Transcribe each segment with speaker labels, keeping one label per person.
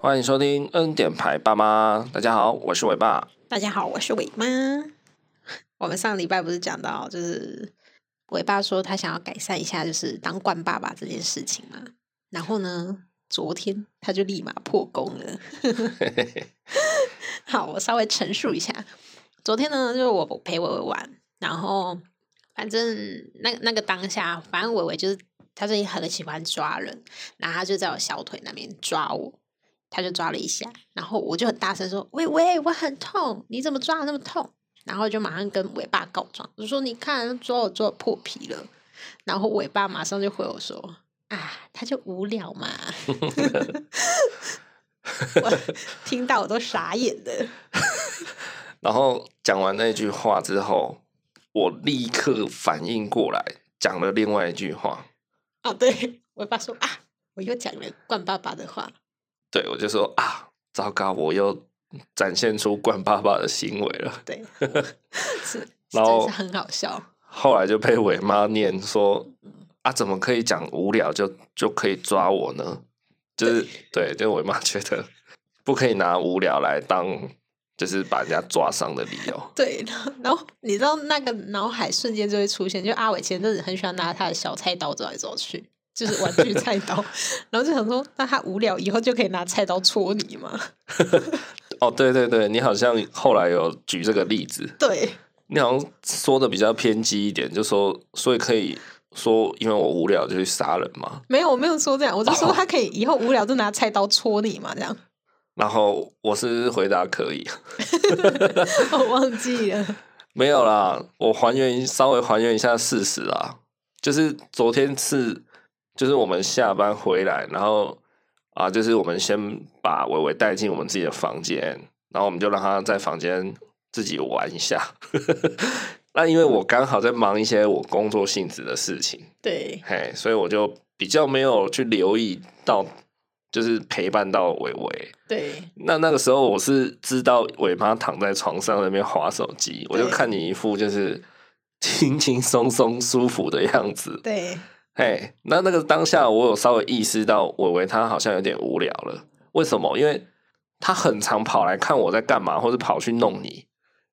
Speaker 1: 欢迎收听恩典牌爸妈，大家好，我是伟爸。
Speaker 2: 大家好，我是伟妈。我们上礼拜不是讲到，就是伟爸说他想要改善一下，就是当惯爸爸这件事情嘛。然后呢，昨天他就立马破功了。好，我稍微陈述一下，昨天呢，就是我陪伟伟玩，然后反正那那个当下，反正伟伟就是他最近很喜欢抓人，然后他就在我小腿那边抓我，他就抓了一下，然后我就很大声说：“喂喂，我很痛，你怎么抓的那么痛？”然后就马上跟尾巴告状，我说：“你看，抓我抓破皮了。”然后尾巴马上就回我说：“啊，他就无聊嘛。”我 听到我都傻眼了。
Speaker 1: 然后讲完那句话之后，我立刻反应过来，讲了另外一句话。
Speaker 2: 啊，对，尾巴说：“啊，我又讲了冠爸爸的话。
Speaker 1: 对我就说啊，糟糕，我又展现出惯爸爸的行为了”。
Speaker 2: 对，我是
Speaker 1: 然
Speaker 2: 真的
Speaker 1: 后
Speaker 2: 是很好笑。
Speaker 1: 后来就被伟妈念说啊，怎么可以讲无聊就就可以抓我呢？就是对，就伟妈觉得不可以拿无聊来当就是把人家抓伤的理由。
Speaker 2: 对，然后然后你知道那个脑海瞬间就会出现，就阿伟前阵子很喜欢拿他的小菜刀走来走去，就是玩具菜 刀，然后就想说，那他无聊以后就可以拿菜刀戳你嘛？
Speaker 1: 哦，对对对，你好像后来有举这个例子，
Speaker 2: 对，
Speaker 1: 你好像说的比较偏激一点，就说所以可以说，因为我无聊就去杀人嘛。
Speaker 2: 没有我没有说这样，我就说他可以以后无聊就拿菜刀戳你嘛，这样
Speaker 1: 然后我是回答可以，
Speaker 2: 我忘记了，
Speaker 1: 没有啦，我还原稍微还原一下事实啊，就是昨天是就是我们下班回来，然后啊，就是我们先把伟伟带进我们自己的房间，然后我们就让他在房间自己玩一下。 那因为我刚好在忙一些我工作性质的事情，
Speaker 2: 对
Speaker 1: 嘿，所以我就比较没有去留意到，就是陪伴到伟伟。
Speaker 2: 对
Speaker 1: 那那个时候我是知道伟妈躺在床上那边划手机，我就
Speaker 2: 对
Speaker 1: 看你一副就是 轻轻松松、舒服的样子。
Speaker 2: 对
Speaker 1: 嘿，那那个当下我有稍微意识到伟伟他好像有点无聊了。为什么？因为他很常跑来看我在干嘛，或者跑去弄你，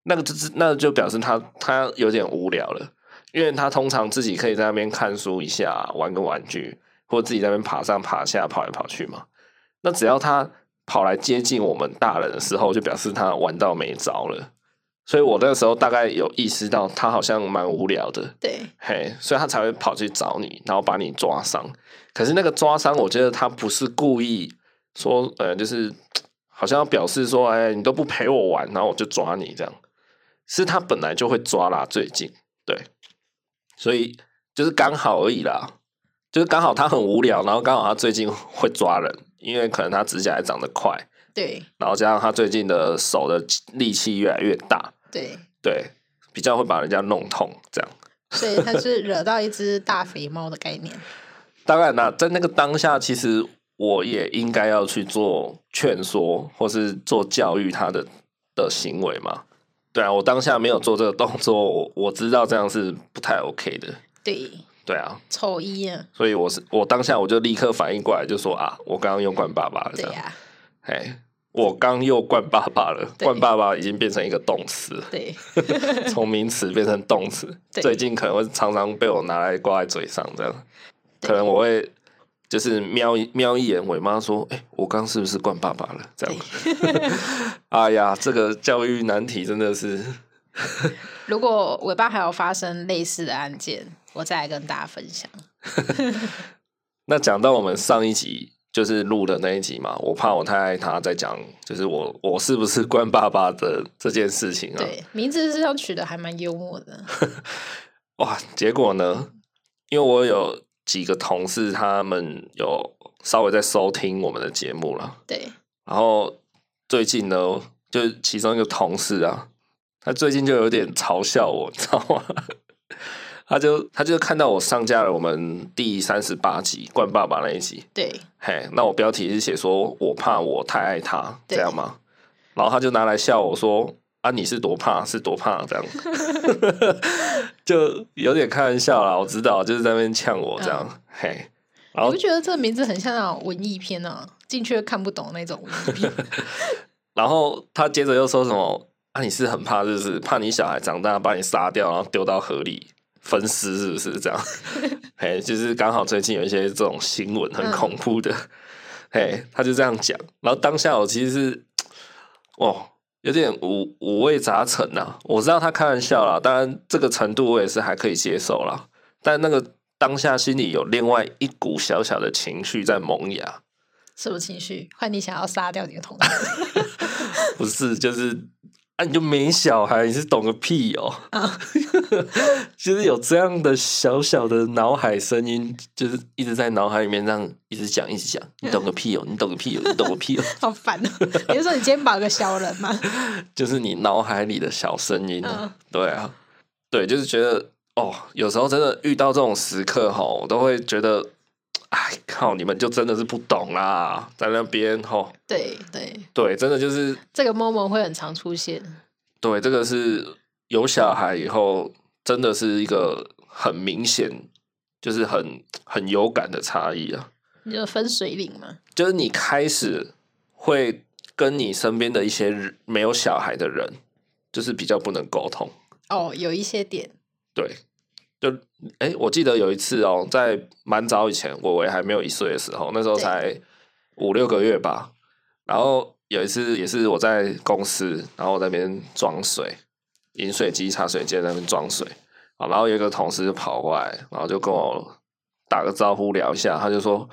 Speaker 1: 那个就是那就表示他他有点无聊了。因为他通常自己可以在那边看书一下，啊玩个玩具，或自己在那边爬上爬下、跑来跑去嘛。那只要他跑来接近我们大人的时候，就表示他玩到没招了。所以我那时候大概有意识到他好像蛮无聊的，
Speaker 2: 对
Speaker 1: 嘿，所以他才会跑去找你，然后把你抓伤。可是那个抓伤，我觉得他不是故意说，呃，就是好像要表示说，哎，你都不陪我玩，然后我就抓你这样。是他本来就会抓啦，最近对，所以就是刚好而已啦，就是刚好他很无聊，然后刚好他最近会抓人，因为可能他指甲也长得快，
Speaker 2: 对
Speaker 1: 然后加上他最近的手的力气越来越大，
Speaker 2: 对，
Speaker 1: 对，比较会把人家弄痛这样。
Speaker 2: 所以他是惹到一只大肥猫的概念。
Speaker 1: 当然啦，在那个当下，其实我也应该要去做劝说，或是做教育他的的行为嘛。对啊，我当下没有做这个动作， 我我知道这样是不太 OK 的。
Speaker 2: 对，
Speaker 1: 对啊，
Speaker 2: 丑一啊，
Speaker 1: 所以我是我当下我就立刻反应过来，就说啊，我刚刚又惯爸爸了，
Speaker 2: 对啊
Speaker 1: 这样，
Speaker 2: 呀、
Speaker 1: 哎、我刚又惯爸爸了，
Speaker 2: 对
Speaker 1: 惯爸爸已经变成一个动词了，
Speaker 2: 对啊
Speaker 1: 从名词变成动词，
Speaker 2: 对
Speaker 1: 最近可能会常常被我拿来挂在嘴上，这样，
Speaker 2: 对
Speaker 1: 可能我会就是瞄一瞄一眼伟妈说，哎、我刚是不是惯爸爸了？这样， 哎呀，这个教育难题真的是，
Speaker 2: 如果尾巴还有发生类似的案件，我再来跟大家分享。
Speaker 1: 那讲到我们上一集。就是录的那一集嘛，我怕我太爱他，在讲就是我我是不是惯爸爸的这件事情啊。
Speaker 2: 对，名字是要取的还蛮幽默的。
Speaker 1: 哇，结果呢？因为我有几个同事，他们有稍微在收听我们的节目了。
Speaker 2: 对，
Speaker 1: 然后最近呢，就是其中一个同事啊，他最近就有点嘲笑我，你知道吗？ 他就他就看到我上架了我们第三十八集《冠爸爸》那一集，
Speaker 2: 对，
Speaker 1: 嘿，那我标题是写说我怕我太爱他，这
Speaker 2: 对
Speaker 1: 样吗？然后他就拿来笑我说啊，你是多怕是多怕这样， 就有点开玩笑啦，我知道，就是在那边呛我这样，嘿。然
Speaker 2: 你
Speaker 1: 后
Speaker 2: 不觉得这个名字很像那种文艺片啊？进去又看不懂那种文艺 片。
Speaker 1: 然后他接着又说什么啊，你是很怕，是不是怕你小孩长大把你杀掉，然后丢到河里分尸，是不是这样？嘿，就是刚好最近有一些这种新闻很
Speaker 2: 嗯
Speaker 1: 恐怖的，嘿，他就这样讲。然后当下我其实是，哦，有点五五味杂陈呐、我知道他开玩笑啦，当然这个程度我也是还可以接受啦，但那个当下心里有另外一股小小的情绪在萌芽。
Speaker 2: 什么情绪？换你想要杀掉你的同事？
Speaker 1: 不是，就是啊，你就没小孩，你是懂个屁哦、就是有这样的小小的脑海声音，就是一直在脑海里面这样一直讲，一直讲，你懂个屁哦、你懂个屁哦、你懂个屁哦、
Speaker 2: 好烦哦、你是说你肩膀有个小人 吗？
Speaker 1: 就是你脑海里的小声音、啊
Speaker 2: 嗯。
Speaker 1: 对啊，对，就是觉得哦，有时候真的遇到这种时刻哈，我都会觉得，哎靠，你们就真的是不懂啦，在那边吼，
Speaker 2: 对对，
Speaker 1: 对，真的就是
Speaker 2: 这个 moment 会很常出现。
Speaker 1: 对，这个是有小孩以后，真的是一个很明显，就是很很有感的差异啊。
Speaker 2: 你就分水岭嘛？
Speaker 1: 就是你开始会跟你身边的一些人没有小孩的人，就是比较不能沟通。
Speaker 2: 哦，有一些点，
Speaker 1: 对，就哎、我记得有一次哦，在蛮早以前，我维还没有一岁的时候，那时候
Speaker 2: 对
Speaker 1: 才五六个月吧。然后有一次也是我在公司，然后我在那边装水，饮水机、茶水间那边装水啊。然后有一个同事就跑过来，然后就跟我打个招呼聊一下，他就说：“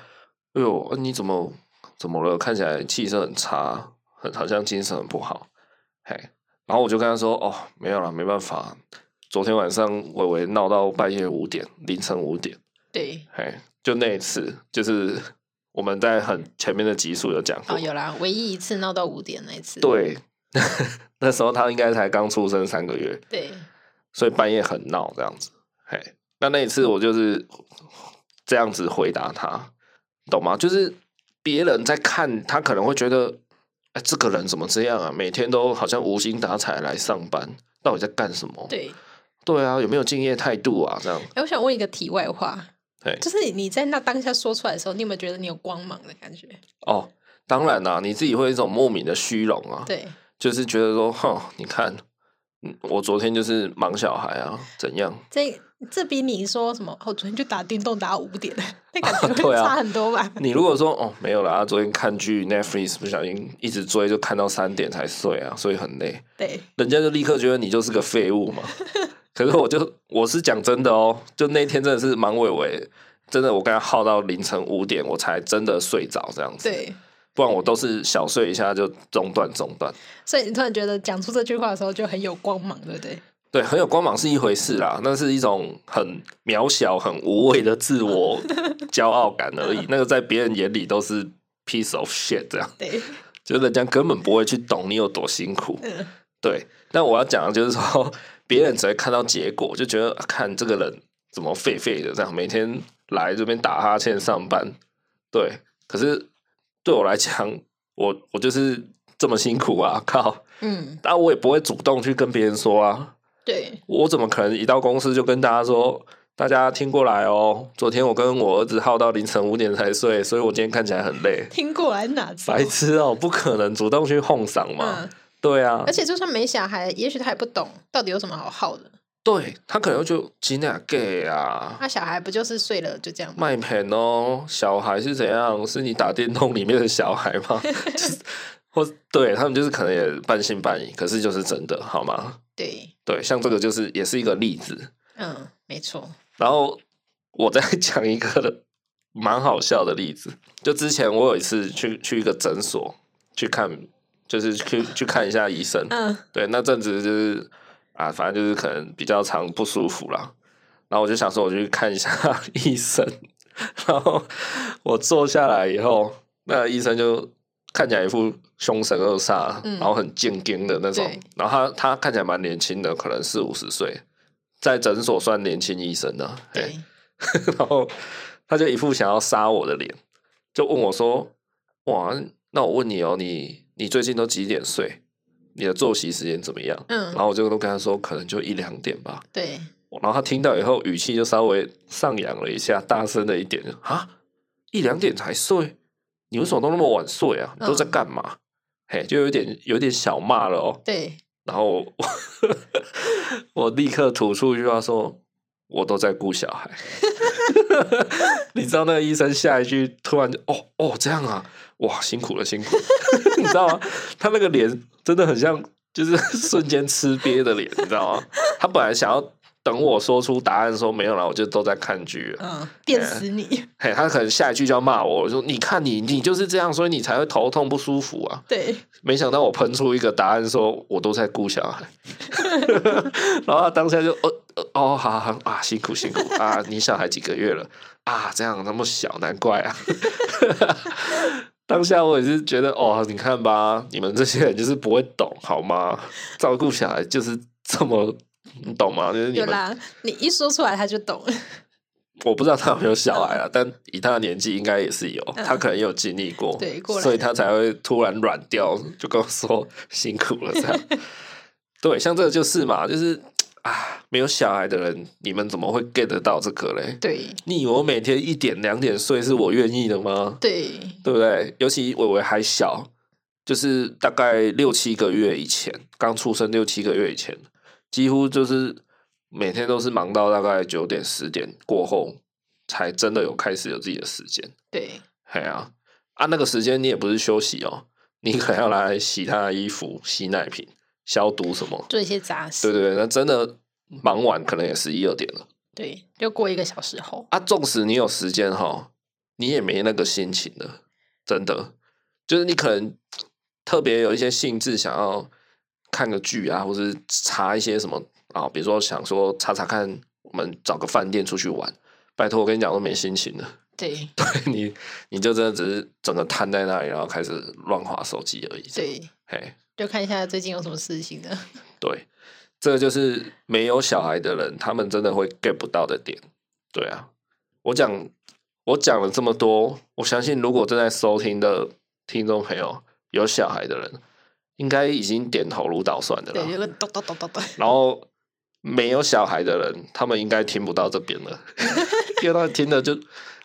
Speaker 1: 哎呦，你怎么怎么了？看起来气色很差，很好像精神很不好。”嘿，然后我就跟他说：“哦，没有了，没办法，昨天晚上伟伟闹到半夜五点，凌晨五点，
Speaker 2: 对，
Speaker 1: 嘿，就那一次，就是我们在很前面的集数有讲过，
Speaker 2: 哦，有啦，唯一一次闹到五点那一次，
Speaker 1: 对， 那时候他应该才刚出生三个月，
Speaker 2: 对，
Speaker 1: 所以半夜很闹这样子，嘿，那那一次我就是这样子回答他，懂吗？就是别人在看他，可能会觉得，哎，这个人怎么这样啊？每天都好像无精打采来上班，到底在干什么？
Speaker 2: 对。
Speaker 1: 对啊，有没有敬业态度啊？这样，
Speaker 2: 哎、我想问一个题外话，
Speaker 1: 嘿，
Speaker 2: 就是你你在那当下说出来的时候，你有没有觉得你有光芒的感觉？
Speaker 1: 哦，当然啦、你自己会有一种莫名的虚荣啊，
Speaker 2: 对，
Speaker 1: 就是觉得说，哼，你看，嗯我昨天就是忙小孩啊，怎样？
Speaker 2: 这这比你说什么哦，昨天就打电动打到五点，那感觉会
Speaker 1: 对啊
Speaker 2: 差很多吧？
Speaker 1: 你如果说哦没有啦，昨天看剧 Netflix 不小心一直追就看到三点才睡啊，所以很累，
Speaker 2: 对，
Speaker 1: 人家就立刻觉得你就是个废物 嘛。可是我就我是讲真的哦，就那天真的是忙伟伟，真的我跟他耗到凌晨五点，我才真的睡着这样子。，
Speaker 2: 对，
Speaker 1: 不然我都是小睡一下就中断中断。
Speaker 2: 所以你突然觉得讲出这句话的时候就很有光芒，对不对？
Speaker 1: 对，很有光芒是一回事啦，那是一种很渺小、很无谓的自我骄傲感而已。那个在别人眼里都是 piece of shit，这样，
Speaker 2: 对，
Speaker 1: 就是人家根本不会去懂你有多辛苦。
Speaker 2: 嗯，
Speaker 1: 对，但我要讲的就是说，别人只会看到结果，就觉得啊看这个人怎么废废的，这样每天来这边打哈欠上班。对，可是对我来讲，我我就是这么辛苦啊，靠！
Speaker 2: 嗯，
Speaker 1: 但我也不会主动去跟别人说啊。
Speaker 2: 对，
Speaker 1: 我怎么可能一到公司就跟大家说，大家听过来哦，昨天我跟我儿子耗到凌晨五点才睡，所以我今天看起来很累。
Speaker 2: 听过来哪知道
Speaker 1: 白痴哦，不可能主动去哄嗓嘛。
Speaker 2: 嗯，
Speaker 1: 对啊
Speaker 2: 而，且就算没小孩，也许他也不懂到底有什么好耗的。
Speaker 1: 对他可能就几两 gay 啊，
Speaker 2: 那小孩不就是睡了就这样吗？
Speaker 1: 卖盆哦，小孩是怎样？是你打电动里面的小孩吗？ 就是或对他们就是可能也半信半疑，可是就是真的好吗？
Speaker 2: 对，
Speaker 1: 对，像这个就是也是一个例子。
Speaker 2: 嗯，没错，
Speaker 1: 然后我再 讲一个蛮好笑的例子，就之前我有一次去去一个诊所去看，就是去去看一下医生。
Speaker 2: 嗯，
Speaker 1: 对，那阵子就是啊，反正就是可能比较常不舒服啦。然后我就想说，我就去看一下 医生。然后我坐下来以后，那个医生就看起来一副凶神恶煞，
Speaker 2: 嗯
Speaker 1: 然后很健惊的那种
Speaker 2: 对。
Speaker 1: 然后他他看起来蛮年轻的，可能四五十岁，在诊所算年轻医生呢。嘿
Speaker 2: 对，
Speaker 1: 然后他就一副想要杀我的脸，就问我说：“哇，那我问你哦，你你最近都几点睡？你的作息时间怎么样？”然
Speaker 2: 嗯，
Speaker 1: 后我就都跟他说，可能就一两点吧。
Speaker 2: 对，
Speaker 1: 然后他听到以后，语气就稍微上扬了一下，大声了一点，就啊，一两点才睡，你为什么都那么晚睡啊？你都在
Speaker 3: 嗯
Speaker 1: 干嘛？嘿，就有点有点小骂了哦。
Speaker 3: 对，
Speaker 1: 然后我 我立刻吐出一句话说：“我都在顾小孩。” 你知道那个医生下一句突然就哦哦这样啊，哇辛苦了辛苦了， 你知道吗？他那个脸真的很像，就是 瞬间吃瘪的脸，你知道吗？他本来想要等我说出答案说没有了，我就都在看剧了。
Speaker 2: 嗯，电死你，
Speaker 1: 嘿，他可能下一句就要骂我，我说你看你你就是这样，所以你才会头痛不舒服啊。
Speaker 2: 对，
Speaker 1: 没想到我喷出一个答案说，我都在顾小孩， 然后他当下就哦哦哦，好好好啊，辛苦辛苦啊，你小孩几个月了啊？这样那么小，难怪啊。 当下我也是觉得哦，你看吧，你们这些人就是不会懂好吗？照顾小孩就是这么，你懂吗？就是你
Speaker 2: 有
Speaker 1: 们
Speaker 2: 啦，你一说出来他就懂了，
Speaker 1: 我不知道他有没有小
Speaker 2: 嗯
Speaker 1: 孩啊，但以他的年纪，应该也是有，他可能也有经历过，
Speaker 2: 对过来
Speaker 1: 所以他才会突然软掉，就跟我说辛苦了这 样。对，像这个就是嘛，就是啊，没有小孩的人，你们怎么会 get 得到这个嘞？
Speaker 2: 对
Speaker 1: 你以为我每天一点两点睡是我愿意的吗？
Speaker 2: 对，
Speaker 1: 对不对？尤其伟伟还小，就是大概六七个月以前，刚出生六七个月以前，几乎就是每天都是忙到大概九点十点过后，才真的有开始有自己的时间。
Speaker 2: 对，
Speaker 1: 哎呀、啊，那个时间你也不是休息哦，你可能要拿来洗他的衣服、洗奶瓶、消毒什么。
Speaker 3: 做一些杂
Speaker 1: 对
Speaker 3: 事，
Speaker 1: 对对，那真的忙完可能也十一二点了
Speaker 3: 对，就过一个小时后，
Speaker 1: 啊。纵使你有时间哈，你也没那个心情了，真的。就是你可能特别有一些兴致想要看个剧啊，或是查一些什么啊，比如说想说查查看，我们找个饭店出去玩。拜托，我跟你讲，都没心情了。
Speaker 3: 对
Speaker 1: 你你就真的只是整个瘫在那里，然后开始乱划手机而已。，
Speaker 2: 对，
Speaker 1: 嘿，
Speaker 2: 就看一下最近有什么事情的，
Speaker 1: 对，这个就是没有小孩的人，他们真的会 get 不到的点。对啊，我讲我讲了这么多，我相信如果正在收听的听众朋友有小孩的人，应该已经点头如捣蒜的
Speaker 2: 对，有
Speaker 1: 了。
Speaker 2: 个咚咚咚咚咚，
Speaker 1: 然后没有小孩的人，他们应该听不到这边了，因为他们听的就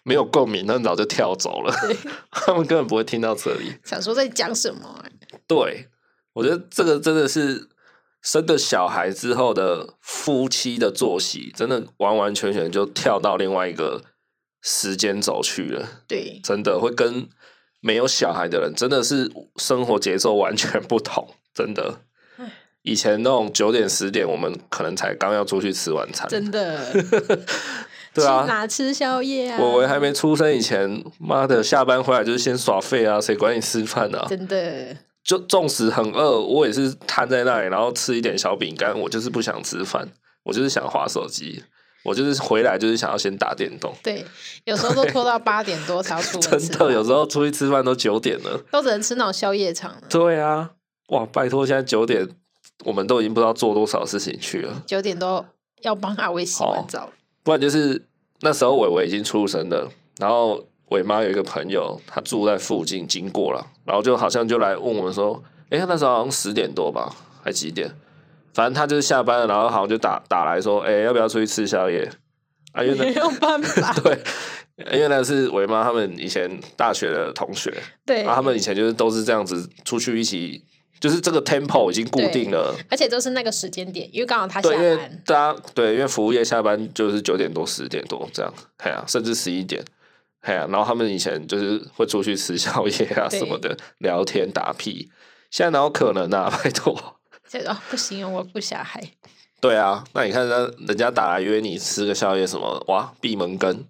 Speaker 1: 没有共鸣，他们早就跳走了， 他们根本不会听到这里。
Speaker 2: 想说在讲什么、欸？
Speaker 1: 对，我觉得这个真的是生了小孩之后的夫妻的作息，真的完完全全就跳到另外一个时间轴去了。
Speaker 2: 对
Speaker 1: 真的会跟没有小孩的人，真的是生活节奏完全不同。真的
Speaker 2: 唉，
Speaker 1: 以前那种九点十点，我们可能才刚要出去吃晚餐，
Speaker 2: 真的，
Speaker 1: 对
Speaker 2: 去
Speaker 1: 啊。
Speaker 2: 哪吃宵夜啊？
Speaker 1: 我我还没出生以前，妈的，下班回来就是先耍废啊，谁管你吃饭啊？
Speaker 2: 真的，
Speaker 1: 就纵使很饿，我也是瘫在那里，然后吃一点小饼干。我就是不想吃饭，我就是想划手机，我就是回来就是想要先打电动。
Speaker 2: 对，有时候都拖到八点多才要出 门
Speaker 1: 真
Speaker 2: 吃
Speaker 1: 的，
Speaker 2: 饭，
Speaker 1: 有时候出去吃饭都九点了。
Speaker 2: 都只能吃那种宵夜场了。
Speaker 1: 对啊，哇，拜托，现在九点，我们都已经不知道做多少事情去了。
Speaker 2: 九点都要帮阿威洗
Speaker 1: 哦
Speaker 2: 完澡了。
Speaker 1: 不然就是那时候伟伟已经出生了，然后伟妈有一个朋友，她住在附近经过了，然后就好像就来问我们说，诶，那时候好像十点多吧，还几点？反正她就是下班了，然后好像就打打来说，诶，要不要出去吃宵夜？啊，因
Speaker 2: 没
Speaker 1: 为
Speaker 2: 有办法
Speaker 1: 那，对，因为那是伟妈他们以前大学的同学，
Speaker 2: 对，
Speaker 1: 啊，他们以前就是都是这样子出去一起，就是这个 tempo 已经固定了。
Speaker 2: 而且都是那个时间点，因为刚好他下
Speaker 1: 对，因为
Speaker 2: 班，
Speaker 1: 大家对，因为服务业下班就是九点多、十点多这样，哎呀、甚至十一点，哎呀、然后他们以前就是会出去吃宵夜啊
Speaker 2: 对
Speaker 1: 什么的，聊天打屁，现在哪有可能啊？ 拜托，
Speaker 2: 所以哦不行哦，我顾小孩，
Speaker 1: 对啊，那你看人家人家打来约你吃个宵夜什么，哇，闭门羹，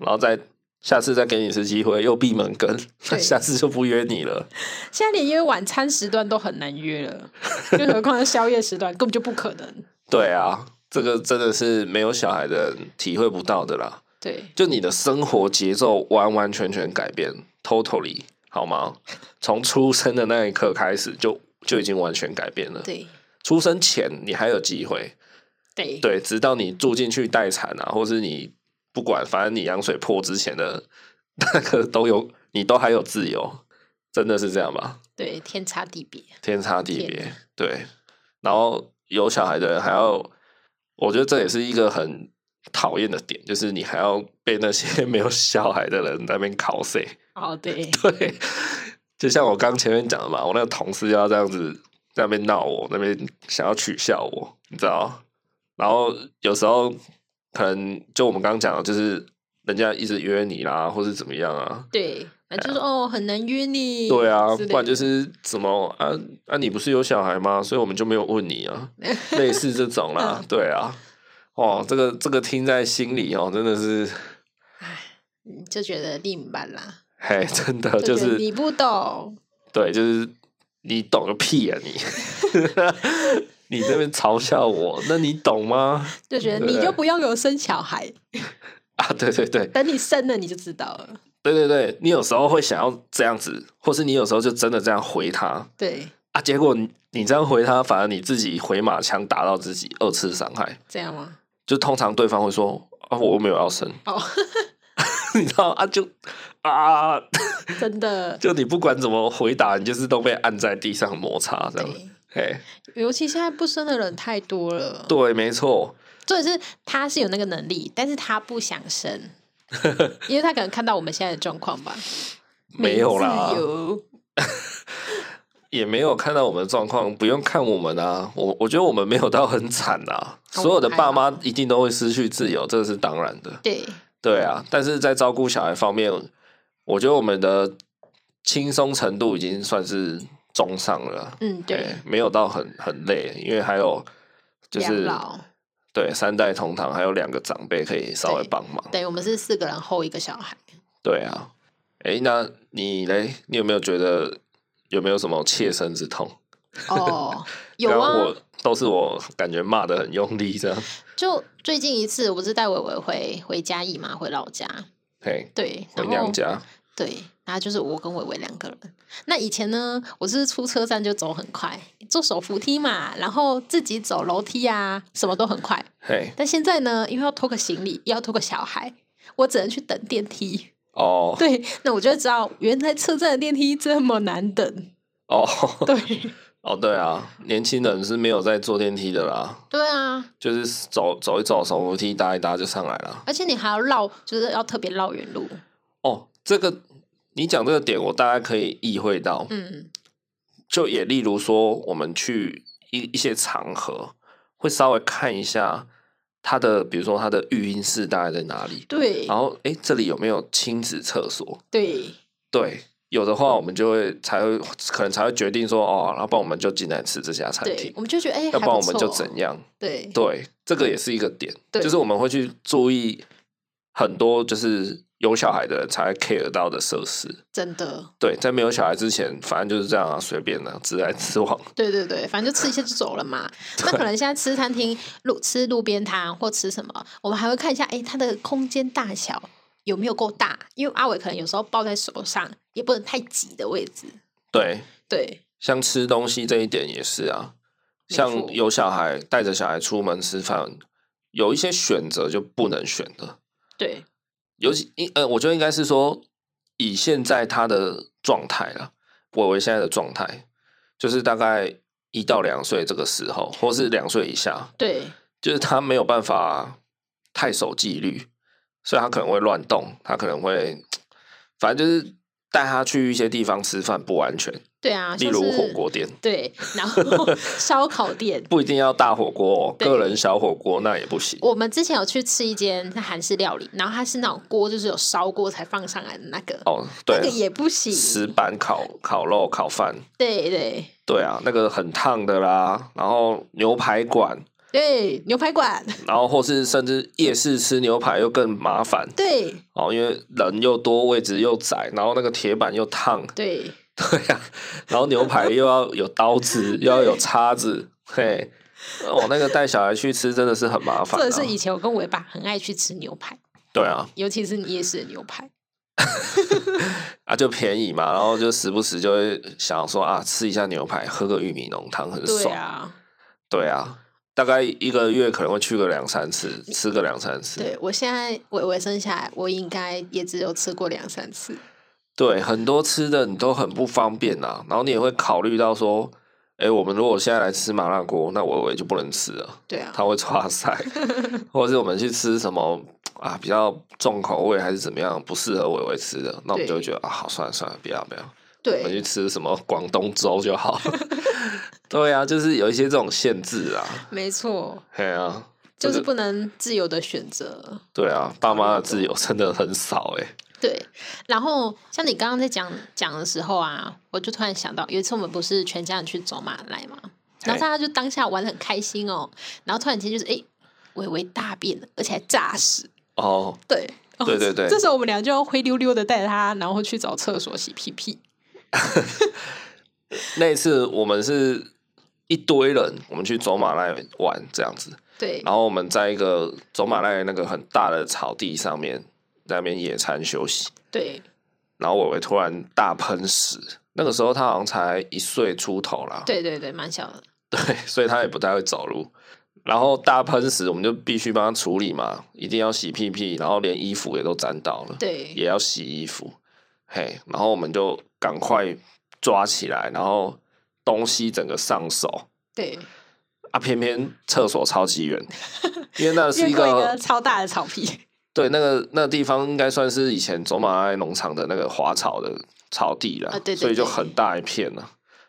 Speaker 1: 然后再下次再给你一次机会，又闭门羹， 那
Speaker 2: 对
Speaker 1: 下次就不约你了。
Speaker 2: 现在连约晚餐时段都很难约了， 更何况是宵夜时段，根本就不可能。
Speaker 1: 对啊，这个真的是没有小孩的人体会不到的啦。
Speaker 2: 对，
Speaker 1: 就你的生活节奏完完全全改变，totally 好吗？从出生的那一刻开始就，就已经完全改变了。
Speaker 2: 对，
Speaker 1: 出生前你还有机会，
Speaker 2: 对，
Speaker 1: 对，直到你住进去待产啊，或是你不管，反正你羊水破之前的 那个都有，你都还有自由，真的是这样吧？
Speaker 2: 对，天差地 别。
Speaker 1: 天差地
Speaker 2: 天
Speaker 1: 别，对。然后有小孩的人还要，我觉得这也是一个很讨厌的点，就是你还要被那些 没有小孩的人在那边考谁。
Speaker 4: 哦，对，
Speaker 1: 对，就像我刚前面讲的嘛，我那个同事要这样子在那边闹我，那边想要取笑我，你知道？然后有时候可能就我们刚刚讲的，就是人家一直约你啦，或是怎么样啊？
Speaker 2: 对，反正就是哦，很难约你。
Speaker 1: 对啊，
Speaker 2: 之类
Speaker 1: 不然就
Speaker 2: 的
Speaker 1: 是怎么啊啊，你不是有小孩吗？所以我们就没有问你 啊，类似这种
Speaker 2: 嗯
Speaker 1: 啦，对啊。哦，这个这个听在心里哦，真的是，
Speaker 2: 嗯就觉得另一半啦，
Speaker 1: 嘿，真的呃就
Speaker 2: 觉得
Speaker 1: 是
Speaker 2: 你不懂，
Speaker 1: 对，就是你懂个屁 啊你！ 你这边嘲笑我，那你懂吗？
Speaker 2: 就觉得
Speaker 1: 对
Speaker 2: 你就不要给我生小孩，
Speaker 1: 啊，对对对
Speaker 2: 等你生了你就知道了。
Speaker 1: 对对对，你有时候会想要这样子，或是你有时候就真的这样回他
Speaker 2: 对，
Speaker 1: 啊，结果你你这样回他，反而你自己回马枪打到自己二次伤害。
Speaker 2: 这样吗？
Speaker 1: 就通常对方会说啊，我没有要生，
Speaker 2: 哦，
Speaker 1: 你知道啊，就啊，
Speaker 2: 真的，
Speaker 1: 就你不管怎么回答，你就是都被按在地上摩擦这样子。
Speaker 2: 对，
Speaker 1: 哎，
Speaker 2: 尤其现在不生的人太多了。
Speaker 1: 对，没错，
Speaker 2: 重点是他是有那个能力，但是他不想 生，因为他可能看到我们现在的状况吧。
Speaker 1: 没有啦，
Speaker 2: 自由
Speaker 1: 也没有看到我们的状况，不用看我们啊。我我觉得我们没有到很惨啊，
Speaker 2: 哦
Speaker 1: 所有的
Speaker 2: 还
Speaker 1: 爸妈
Speaker 2: 好
Speaker 1: 一定都会失去自由，这是当然的。
Speaker 2: 对，
Speaker 1: 对啊，但是在照顾小孩方面，我觉得我们的轻松程度已经算是中上了啊。
Speaker 2: 嗯，对
Speaker 1: 哎，没有到很很累，因为还有就
Speaker 2: 养
Speaker 1: 是
Speaker 2: 老，
Speaker 1: 对三代同堂，还有两个长辈可以稍微
Speaker 2: 对
Speaker 1: 帮忙。
Speaker 2: 对我们是四个人后一个 小孩。
Speaker 1: 对啊，哎，那你嘞？你有没有觉得有没有什么切身之痛？
Speaker 2: 哦，有
Speaker 1: 刚刚
Speaker 2: 啊
Speaker 1: 我，都是我感觉骂的很用力这样。
Speaker 2: 就最近一次，我不是带伟伟回回家姨妈，回老家，
Speaker 1: 嘿，
Speaker 2: 对，
Speaker 1: 回
Speaker 2: 然后
Speaker 1: 娘家，
Speaker 2: 对，然后就是我跟伟伟两个人。那以前呢，我是出车站就走很快，坐手扶梯嘛，然后自己走楼梯啊，什么都很快。
Speaker 1: 嘿，
Speaker 2: 但现在呢，因为要拖个行李，又要拖个小孩，我只能去等电梯。
Speaker 1: 哦
Speaker 2: 对，那我就知道原来车站的电梯这么难等。
Speaker 1: 哦
Speaker 2: 对，
Speaker 1: 哦，对啊，年轻人是没有在坐电梯的啦，
Speaker 2: 对啊，
Speaker 1: 就是走走一走，手扶梯搭一搭就上来了。
Speaker 2: 而且你还要绕，就是要特别绕远路。
Speaker 1: 哦，这个你讲这个点，我大概可以意会到。
Speaker 2: 嗯，
Speaker 1: 就也例如说，我们去一一些场合，会稍微看一下它的，比如说它的育婴室大概在哪里，
Speaker 2: 对
Speaker 1: 然后哎，诶这里有没有亲子厕所？
Speaker 2: 对
Speaker 1: 对，有的话我们就会才会可能才会决定说哦，要不然我们就进来吃这家餐
Speaker 2: 对
Speaker 1: 厅，
Speaker 2: 我，们就觉得哎，
Speaker 1: 要
Speaker 2: 还
Speaker 1: 不然
Speaker 2: 不
Speaker 1: 我们就
Speaker 2: 错
Speaker 1: 怎样？
Speaker 2: 对
Speaker 1: 对，这个也是一个点，
Speaker 2: 对
Speaker 1: 就是我们会去注意很多就是有小孩的人才会 care 到的设施。
Speaker 2: 真的，
Speaker 1: 对，在没有小孩之前，反正就是这样啊，随便的、直来直往。
Speaker 2: 对对对，反正就吃一下就走了 嘛。那可能现在吃餐厅路吃路边摊或吃什么，我们还会看一下，哎，它的空间大小有没有够大？因为阿伟可能有时候抱在手上，也不能太挤的位置。
Speaker 1: 对，
Speaker 2: 对
Speaker 1: 像吃东西这一点也是啊，
Speaker 2: 没
Speaker 1: 像
Speaker 2: 错
Speaker 1: 有小孩带着小孩出门吃饭，有一些选择就不能选的。
Speaker 2: 对
Speaker 1: 尤其应呃，我觉得应该是说，以现在他的状态啦，我为现在的状态，就是大概一到两岁这个时候，或是两岁以下，
Speaker 2: 对
Speaker 1: 就是他没有办法太守纪律，所以他可能会乱动，他可能会，反正就是带他去一些地方吃饭不安全，
Speaker 2: 对啊，
Speaker 1: 例
Speaker 2: 像
Speaker 1: 如火
Speaker 2: 是
Speaker 1: 锅店，
Speaker 2: 对，然后烧烤店。
Speaker 1: 不一定要大火锅、哦，
Speaker 2: 对
Speaker 1: 个人小火锅那也不行。
Speaker 2: 我们之前有去吃一间韩式料理，然后它是那种锅，就是有烧锅才放上来的那个，
Speaker 1: 哦，
Speaker 2: 那个
Speaker 1: 对，
Speaker 2: 也不行。
Speaker 1: 石板烤烤肉、烤饭。
Speaker 2: 对对
Speaker 1: 对啊，那个很烫的啦，然后牛排馆，
Speaker 2: 对，牛排馆，
Speaker 1: 然后或是甚至夜市吃牛排又更麻烦
Speaker 2: 对
Speaker 1: 哦，因为人又多，位置又窄，然后那个铁板又烫，
Speaker 2: 对
Speaker 1: 对啊，然后牛排又要有刀 子，又要有叉子，嘿，哦，那个带小孩去吃真的是很麻烦、
Speaker 2: 这
Speaker 1: 啊，
Speaker 2: 是以前我跟我爸很爱去吃牛排，
Speaker 1: 对啊，
Speaker 2: 尤其是夜市的牛排。
Speaker 1: 啊就便宜嘛，然后就时不时就会想说啊，吃一下牛排，喝个玉米浓汤，很
Speaker 2: 对
Speaker 1: 爽，
Speaker 2: 啊，
Speaker 1: 对啊，大概一个月可能会去个两三次，吃个两三次，
Speaker 2: 对我现在我我生下来，我应该也只有吃过两三次。
Speaker 1: 对，很多吃的你都很不方便呐、然后你也会考虑到说，哎、哎、我们如果现在来吃麻辣锅，那伟伟就不能吃了，
Speaker 3: 对啊，
Speaker 1: 他会抓 塞，或者是我们去吃什么啊比较重口味还是怎么样不适合伟伟吃的，那我们就会
Speaker 3: 对
Speaker 1: 觉得啊好算了算了，不要不要，我们去
Speaker 3: 对，
Speaker 1: 吃什么广东粥就好。 对啊，就是有一些这种限制啊，
Speaker 3: 没错，
Speaker 1: 嘿啊，
Speaker 3: 就是
Speaker 1: 这个
Speaker 3: 不能自由的选择。
Speaker 1: 对啊，爸妈的自由真的很少哎、
Speaker 3: 对，然后像你刚刚在讲讲的时候啊，我就突然想到，有一次我们不是全家人去走马来嘛，然后大家就当下玩的很开心哦，然后突然间就是哎，微微大便了，而且还炸屎，
Speaker 1: 哦，
Speaker 3: 对，然后
Speaker 1: 对对对
Speaker 2: 这时候我们俩就要灰溜溜的带他，然后去找厕所洗屁屁。
Speaker 1: 那一次我们是一堆人，我们去走马来玩这样子，
Speaker 3: 对
Speaker 1: 然后我们在一个走马来那个很大的草地上面，在那边野餐休息，
Speaker 3: 对
Speaker 1: 然后伟伟突然大喷屎，那个时候他好像才一岁出头啦，
Speaker 3: 对对对，蛮小的，
Speaker 1: 对，所以他也不太会走路。然后大喷屎，我们就必须帮他处理嘛，一定要洗屁屁，然后连衣服也都沾到了，
Speaker 3: 对
Speaker 1: 也要洗衣服。嘿，然后我们就赶快抓起来，然后东西整个上手
Speaker 3: 对，
Speaker 1: 啊，偏偏厕所超级远，因为那是一
Speaker 2: 越过一
Speaker 1: 个
Speaker 2: 个超大的草皮，
Speaker 1: 对那个那地方应该算是以前走马来农场的那个滑草的草地了，
Speaker 3: 啊对对
Speaker 1: 所以就
Speaker 3: 对
Speaker 1: 很大一片呢、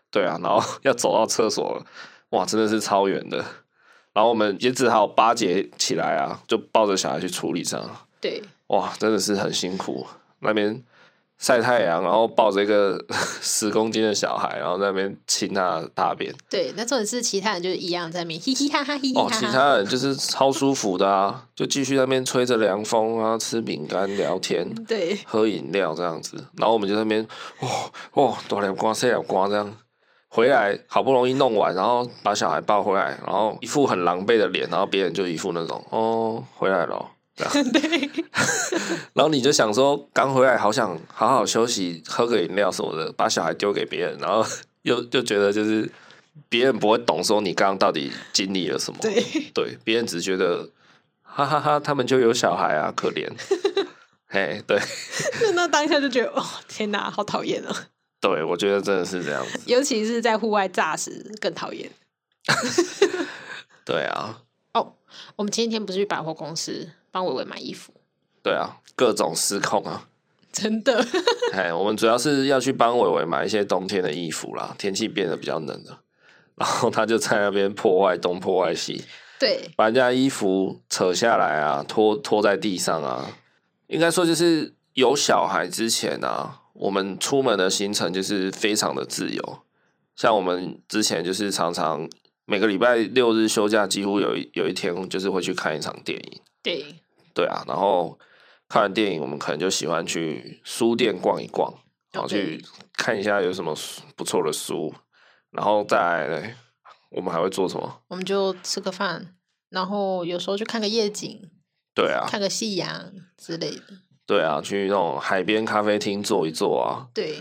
Speaker 1: 对啊，然后 要走到厕所，哇，真的是超远的。然后我们也只好巴结起来啊，就抱着小孩去处理这样。
Speaker 3: 对
Speaker 1: 哇，真的是很辛苦。那边晒太阳，然后抱着一个 十公斤的小孩，然后在那边亲他的大便。
Speaker 3: 对，那重点是其他人就是一样在那边嘻嘻哈哈，嘻嘻哈
Speaker 1: 哦，
Speaker 3: 哈，
Speaker 1: 其他人就是超舒服的啊，就继续在那边吹着凉风啊，吃饼干、聊天、
Speaker 3: 对
Speaker 1: 喝饮料这样子。然后我们就在那边，哦哦，大凉瓜、小凉瓜这样。回来好不容易弄完，然后把小孩抱回来，然后一副很狼狈的脸，然后别人就一副那种哦回来了哦，这 样
Speaker 2: 对，
Speaker 1: 然后你就想说，刚回来好想好好休息，喝个饮料什么的，把小孩丢给别人，然后 又又觉得就是别人不会懂说你刚刚到底经历了什么，
Speaker 2: 对
Speaker 1: 对，别人只觉得哈哈哈他们就有小孩啊，可怜，哎，对
Speaker 2: 就 那当下就觉得哦，天哪，好讨厌哦！
Speaker 1: 对，我觉得真的是这样子，
Speaker 2: 尤其是在户外炸时更讨厌。
Speaker 1: 对啊，
Speaker 3: 哦，我们前几天不是去百货公司帮伟伟买衣服，
Speaker 1: 对啊，各种失控啊，
Speaker 2: 真的，
Speaker 1: 哎，我们主要是要去帮伟伟买一些冬天的衣服啦，天气变得比较冷了，然后他就在那边破坏东破坏西。
Speaker 3: 对
Speaker 1: 把人家衣服扯下来啊，拖拖在地上啊。应该说就是有小孩之前啊，我们出门的行程就是非常的自由。像我们之前就是常常每个礼拜六日休假，几乎有一有一天就是会去看一场电影，
Speaker 3: 对
Speaker 1: 对啊。然后看完电影，我们可能就喜欢去书店逛一逛，然后
Speaker 3: OK
Speaker 1: 去看一下有什么书不错的书，然后再来嘞我们还会做什么？
Speaker 3: 我们就吃个饭，然后有时候去看个夜景，
Speaker 1: 对啊，
Speaker 3: 看个夕阳之类的。
Speaker 1: 对啊，去那种海边咖啡厅坐一坐啊，
Speaker 3: 对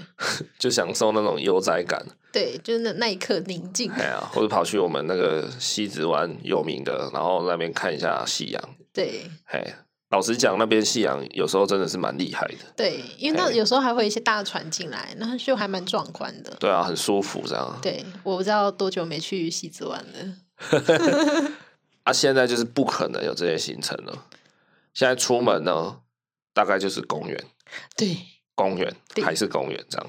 Speaker 1: 就享受那种悠哉感。
Speaker 3: 对，就是那那一刻宁 静。
Speaker 1: 哎呀，或者跑去我们那个西子湾有名的，然后那边看一下夕阳。
Speaker 3: 对
Speaker 1: 哎，老实讲，那边夕阳有时候真的是蛮厉害的。
Speaker 3: 对，因为那
Speaker 1: 哎
Speaker 3: 有时候还会有一些大船进来，那就还蛮壮观的。
Speaker 1: 对啊，很舒服这样。
Speaker 3: 对，我不知道多久没去西子湾了。
Speaker 1: 啊，现在就是不可能有这些行程了。现在出门呢，大概就是公园、
Speaker 3: 对
Speaker 1: 公园
Speaker 3: 对
Speaker 1: 还是公园这样。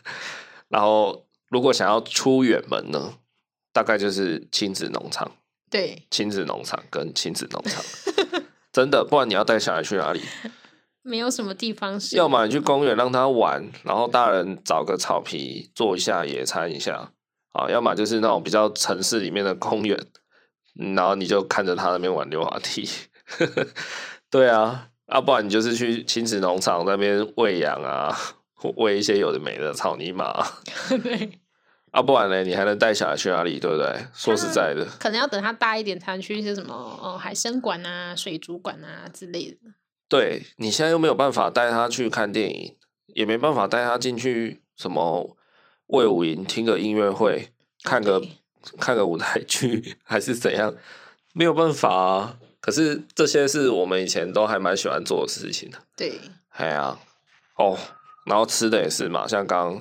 Speaker 1: 然后，如果想要出远门呢，大概就是亲子农场。
Speaker 3: 对，
Speaker 1: 亲子农场跟亲子农场， 真的，不然你要带小孩去哪里？
Speaker 3: 没有什么地方是
Speaker 1: 要么你去公园让他玩，然后大人找个草皮坐一下野餐一下啊，要么就是那种比较城市里面的公园，嗯然后你就看着他那边玩溜滑梯。 对啊，要不然你就是去亲子农场那边喂羊啊，喂一些有的没的草泥马啊，
Speaker 2: 对，
Speaker 1: 啊不然呢，你还能带小孩去哪里？对不对？说实在的，
Speaker 3: 可能要等他大一点才能去一些什么哦海参馆啊、水族馆啊之类的。
Speaker 1: 对你现在又没有办法带他去看电影，也没办法带他进去什么魏武营听个音乐会，看个
Speaker 3: 对
Speaker 1: 看个舞台剧，还是怎样，没有办法啊。可是这些是我们以前都还蛮喜欢做的事情的。
Speaker 3: 对
Speaker 1: 哎呀、哦，然后吃的也是嘛，像刚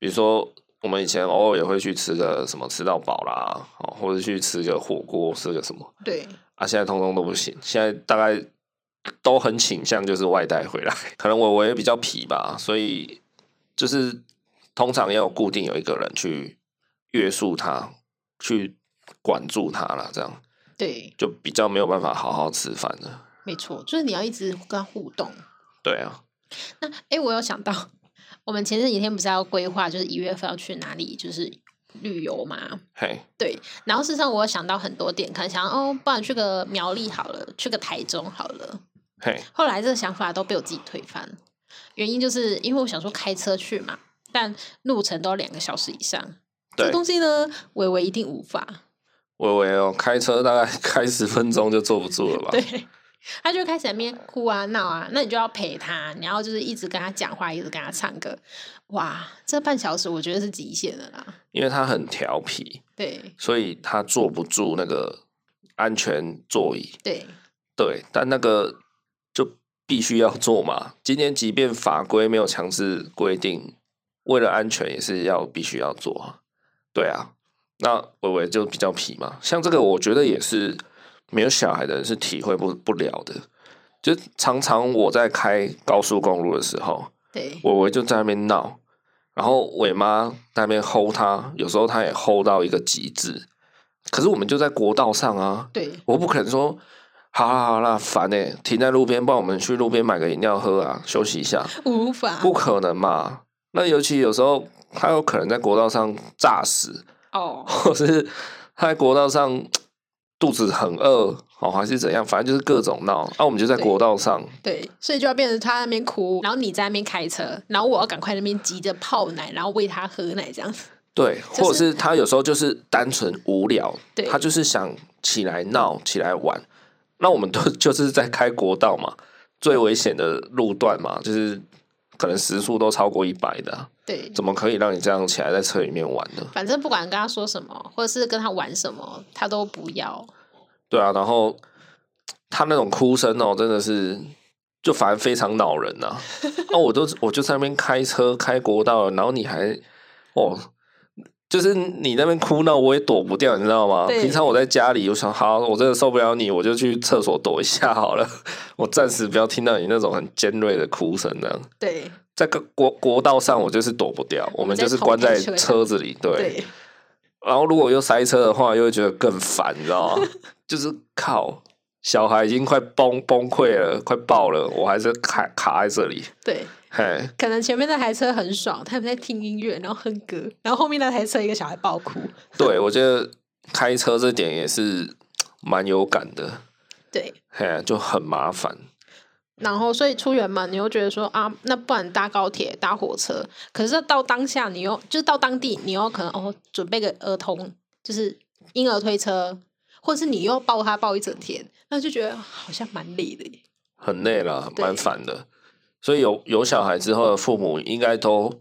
Speaker 1: 比如说我们以前偶尔也会去吃个什么吃到饱啦，哦，或者去吃个火锅，吃个什么
Speaker 2: 对，
Speaker 1: 啊，现在通通都不行，现在大概都很倾向就是外带回来，可能我我也比较皮吧，所以就是通常要有固定有一个人去约束他，去管住他啦，这样
Speaker 2: 对，
Speaker 1: 就比较没有办法好好吃饭了。
Speaker 2: 没错，就是你要一直跟他互动。
Speaker 1: 对啊，
Speaker 3: 那诶，我有想到， 我们前几天不是要规划，就是一月份要去哪里，就是旅游嘛。
Speaker 1: 嘿，
Speaker 3: 对，然后事实上我有想到很多点，可能想哦，不然去个苗栗好了，去个台中好了。
Speaker 1: 嘿，
Speaker 3: 后来这个想法都被我自己推翻，原因就是因为我想说开车去嘛，但路程都要两个小时以上，这
Speaker 1: 对，
Speaker 3: 东西呢，伟伟一定无法。
Speaker 1: 我我哦，开车大概 开十分钟就坐不住了吧？
Speaker 3: 对，他就开始在那边哭啊闹啊，那你就要陪他，你要就是一直跟他讲话，一直跟他唱歌。哇，这半小时我觉得是极限的啦。
Speaker 1: 因为他很调皮，
Speaker 3: 对
Speaker 1: 所以他坐不住那个安全座椅。
Speaker 3: 对
Speaker 1: 对，但那个就必须要做嘛。今天即便法规没有强制规定，为了安全也是要必须要做啊。对啊，那伟伟就比较皮嘛。像这个，我觉得也是没有小孩的人是体会不不了的。就常常我在开高速公路的时候，
Speaker 3: 对
Speaker 1: 伟伟就在那边闹，然后伟妈在那边吼他，有时候他也吼到一个极致。可是我们就在国道上啊，
Speaker 2: 对，
Speaker 1: 我不可能说，好啦好啦，烦哎、停在路边，帮我们去路边买个饮料喝啊，休息一下，
Speaker 3: 无法
Speaker 1: 不可能嘛。那尤其有时候他有可能在国道上诈死，
Speaker 2: 哦，
Speaker 1: 或是他在国道上肚子很饿，哦还是怎样，反正就是各种闹。那、我们就在
Speaker 3: 对
Speaker 1: 国道上，
Speaker 3: 对，所以就要变成他在那边哭，然后你在那边开车，然后我要赶快那边急着泡奶，然后喂他喝奶这样子。
Speaker 1: 对，
Speaker 3: 就是
Speaker 1: 或者是他有时候就是单纯无聊，
Speaker 3: 对
Speaker 1: 他就是想起来闹、起来玩。那我们都就是在开国道嘛，最危险的路段嘛，就是可能时速都超过一百的啊、
Speaker 3: 对，
Speaker 1: 怎么可以让你这样起来在车里面玩呢？
Speaker 3: 反正不管跟他说什么，或者是跟他玩什么，他都不要。
Speaker 1: 对啊，然后他那种哭声哦，真的是就反正非常恼 人呐、啊。哦，我都我就在那边开车开国道，然后你还哦，就是你那边哭闹，我也躲不掉，你知道吗？
Speaker 2: 对
Speaker 1: 平常我在家里，我想好，我真的受不了你，我就去厕所躲一下好了， 我暂时不要听到你那种很尖锐的哭声这样。
Speaker 2: 对
Speaker 1: 在个国国道上，我就是躲不掉，我
Speaker 3: 我们
Speaker 1: 们
Speaker 3: 在
Speaker 1: 就是
Speaker 3: 同
Speaker 1: 关
Speaker 3: 一
Speaker 1: 在
Speaker 3: 车上
Speaker 1: 车子里，对。
Speaker 2: 对，
Speaker 1: 然后如果又塞车的话，又会觉得更烦，你知道吗？ 就是靠，小孩已经快崩崩溃了，快爆了，我还是卡卡在这里。
Speaker 2: 对，
Speaker 1: 嘿，
Speaker 2: 可能前面那台车很爽，他们在听音乐，然后哼歌，然后后面那台车一个小孩爆哭。
Speaker 1: 对我觉得开车这点也是蛮有感的，
Speaker 2: 对，
Speaker 1: 嘿，就很麻烦。
Speaker 2: 然后所以出远门，你又觉得说啊，那不然搭高铁、搭火车。可是到当下，你又就是到当地，你又可能哦，准备个儿童就是婴儿推车，或者是你又抱他抱一整天，那就觉得好像蛮累的耶。
Speaker 1: 很累了，
Speaker 2: 对
Speaker 1: 蛮烦的。所以有有小孩之后的父母，应该都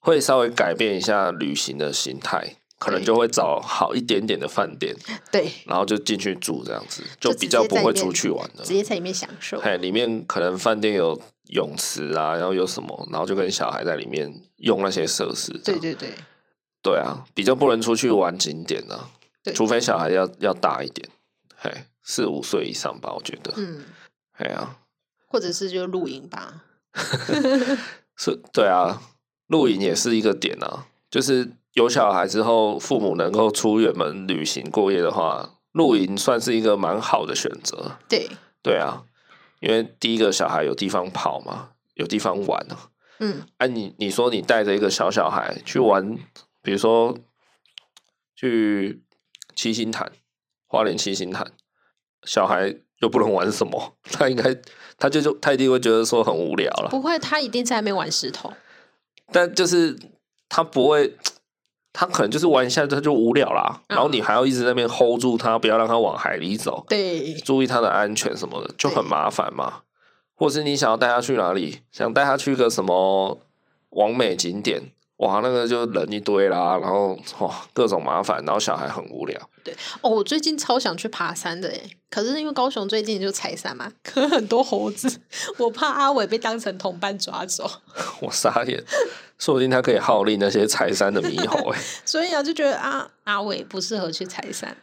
Speaker 1: 会稍微改变一下旅行的心态，可能
Speaker 2: 对
Speaker 1: 就会找好一点点的饭店，
Speaker 2: 对，
Speaker 1: 然后就进去住，这样子就
Speaker 3: 就直
Speaker 1: 比较
Speaker 3: 接
Speaker 1: 不
Speaker 3: 在里
Speaker 1: 会
Speaker 3: 面
Speaker 1: 出去玩了
Speaker 3: 直。接在里面享受。
Speaker 1: 嘿，里面可能饭店有泳池啊，然后有什么，然后就跟小孩在里面用那些设施这
Speaker 2: 对
Speaker 1: 样。
Speaker 2: 对对
Speaker 1: 对啊，比较不能出去玩景点啊，
Speaker 2: 对
Speaker 1: 除非小孩要要大一点，嘿，四五岁以上吧，我觉得。
Speaker 2: 嗯，
Speaker 1: 嘿啊，
Speaker 2: 或者是就露营吧。
Speaker 1: 是，对啊，露营也是一个点啊，就是有小孩之后，父母能够出远门旅行过夜的话，露营算是一个蛮好的选择。
Speaker 2: 对，
Speaker 1: 对啊，因为第一个小孩有地方跑嘛，有地方玩啊。
Speaker 2: 嗯，
Speaker 1: 哎、你你说你带着一个小小孩去玩，比如说去七星潭，花莲七星潭，小孩又不能玩什么， 他应该他就就他一定会觉得说很无聊了。
Speaker 2: 不会，他一定在那边玩石头。
Speaker 1: 但就是他不会，他可能就是玩一下他就无聊啦，然后你还要一直在那边 hold 住他，不要让他往海里走，
Speaker 2: 对
Speaker 1: 注意他的安全什么的，就很
Speaker 2: 对
Speaker 1: 麻烦嘛。或是你想要带他去哪里，想带他去个什么完美景点，哇，那个就人一堆啦，然后哇各种麻烦，然后小孩很无聊。
Speaker 2: 哦，我最近超想去爬山的耶，可是因为高雄最近就踩山嘛，可是很多猴子，我怕阿伟被当成同伴抓走，
Speaker 1: 我傻眼，说不定他可以号令那些柴山的猕猴、欸。
Speaker 2: 所以啊就觉得啊阿伟不适合去踩山。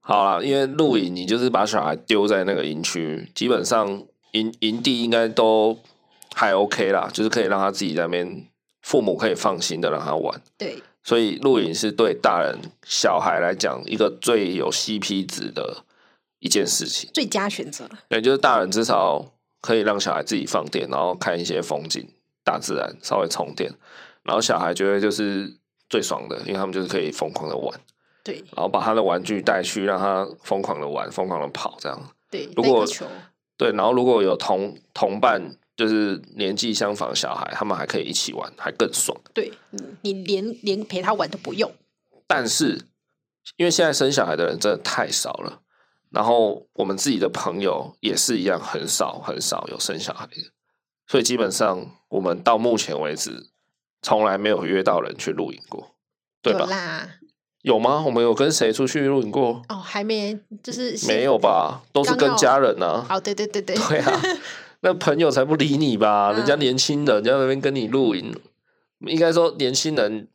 Speaker 1: 好啦，因为露营你就是把小孩丢在那个营区，基本上营营地应该都还 OK 啦，就是可以让他自己在那边，父母可以放心的让他玩。
Speaker 2: 对，
Speaker 1: 所以露营是对大人小孩来讲一个最有 CP 值的一件事情。
Speaker 2: 最佳选择。
Speaker 1: 对，就是大人至少可以让小孩自己放电，然后看一些风景、大自然，稍微充电。然后小孩就会就是最爽的，因为他们就是可以疯狂的玩，
Speaker 2: 对
Speaker 1: 然后把他的玩具带去，让他疯狂的玩、疯狂的跑，这样。
Speaker 2: 对，
Speaker 1: 如果
Speaker 2: 那个球
Speaker 1: 对，然后如果有同同伴，就是年纪相仿的小孩，他们还可以一起玩，还更爽。
Speaker 2: 对你你连连陪他玩都不用，
Speaker 1: 但是因为现在生小孩的人真的太少了，然后我们自己的朋友也是一样，很少很少有生小孩的，所以基本上我们到目前为止从来没有约到人去露营过，对
Speaker 2: 有
Speaker 1: 吧？
Speaker 2: 啦，
Speaker 1: 有吗？我们有跟谁出去露营过？
Speaker 2: 哦，还没就是先
Speaker 1: 没有？吧？都是
Speaker 2: 刚
Speaker 1: 跟
Speaker 2: 好
Speaker 1: 家人啊。
Speaker 2: 哦，对对对对，
Speaker 1: 对啊，那朋友才不理你吧？人家
Speaker 2: 嗯
Speaker 1: 年轻人，人家在那边跟你露营，应该说年轻人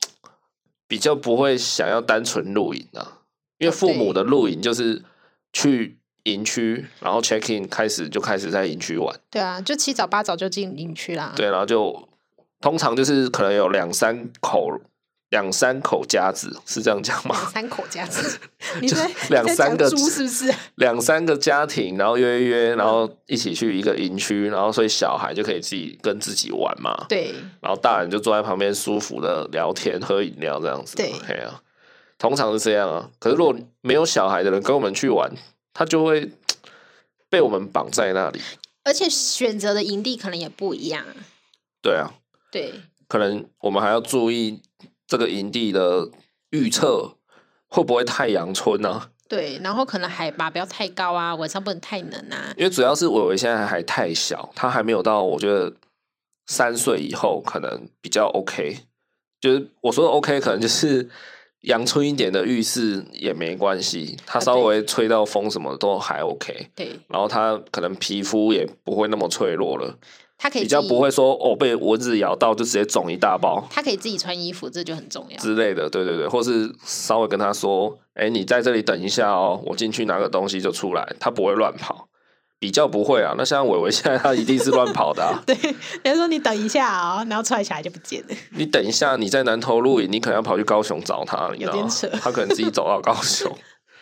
Speaker 1: 比较不会想要单纯露营啊，因为
Speaker 2: 哦
Speaker 1: 父母的
Speaker 2: 对
Speaker 1: 露营就是去营区，然后 check in 开始就开始在营区玩，
Speaker 2: 对啊，就七早八早就进营区啦。
Speaker 1: 对，然后就通常就是可能有两三口。两三口家子是这样讲吗？
Speaker 2: 两三口这 样子，你
Speaker 1: 就
Speaker 2: 在
Speaker 1: 两
Speaker 2: 你在
Speaker 1: 三
Speaker 2: 讲
Speaker 1: 个
Speaker 2: 猪是不是？
Speaker 1: 两三个家庭，然后约一约，然后一起去一
Speaker 2: 嗯
Speaker 1: 个营区，然后所以小孩就可以自己跟自己玩嘛。
Speaker 2: 对，
Speaker 1: 然后大人就坐在旁边舒服的聊天、喝饮料这样子。
Speaker 2: 对
Speaker 1: 嘿啊，通常是这样啊。可是如果没有小孩的人跟我们去玩，他就会被我们绑在那里。
Speaker 2: 而且选择的营地可能也不一样啊。
Speaker 1: 对啊，
Speaker 2: 对，
Speaker 1: 可能我们还要注意这个营地的预测会不会太阳村啊？
Speaker 2: 对，然后可能海拔不要太高啊，晚上不能太冷啊。
Speaker 1: 因为主要是伟伟现在还太小，他还没有到我觉得三岁以后可能比较 OK。就是我说的 OK，可能就是阳春一点的浴室也没关系，他
Speaker 2: 啊
Speaker 1: 稍
Speaker 2: 对
Speaker 1: 微吹到风什么都还 OK。
Speaker 2: 对，
Speaker 1: 然后他可能皮肤也不会那么脆弱了，
Speaker 2: 他可以
Speaker 1: 比较
Speaker 2: 自己
Speaker 1: 不，会说哦被蚊子咬到就直接肿一大包
Speaker 2: 他可以自己穿衣服，这就很重要。，
Speaker 1: 之类的。对对对，或是稍微跟他说，哎，你在这里等一下哦，我进去拿个东西就出来，他不会乱跑，比较不会啊。那像伟伟 现在他一定是乱跑的、啊
Speaker 2: 对，人家说你等一下啊、然后出来小孩就不见了。
Speaker 1: 你等一下你在南投露营，你可能要跑去高雄找他，你知
Speaker 2: 有
Speaker 1: 道
Speaker 2: 点
Speaker 1: 吗
Speaker 2: 扯？
Speaker 1: 他可能自己走到高雄。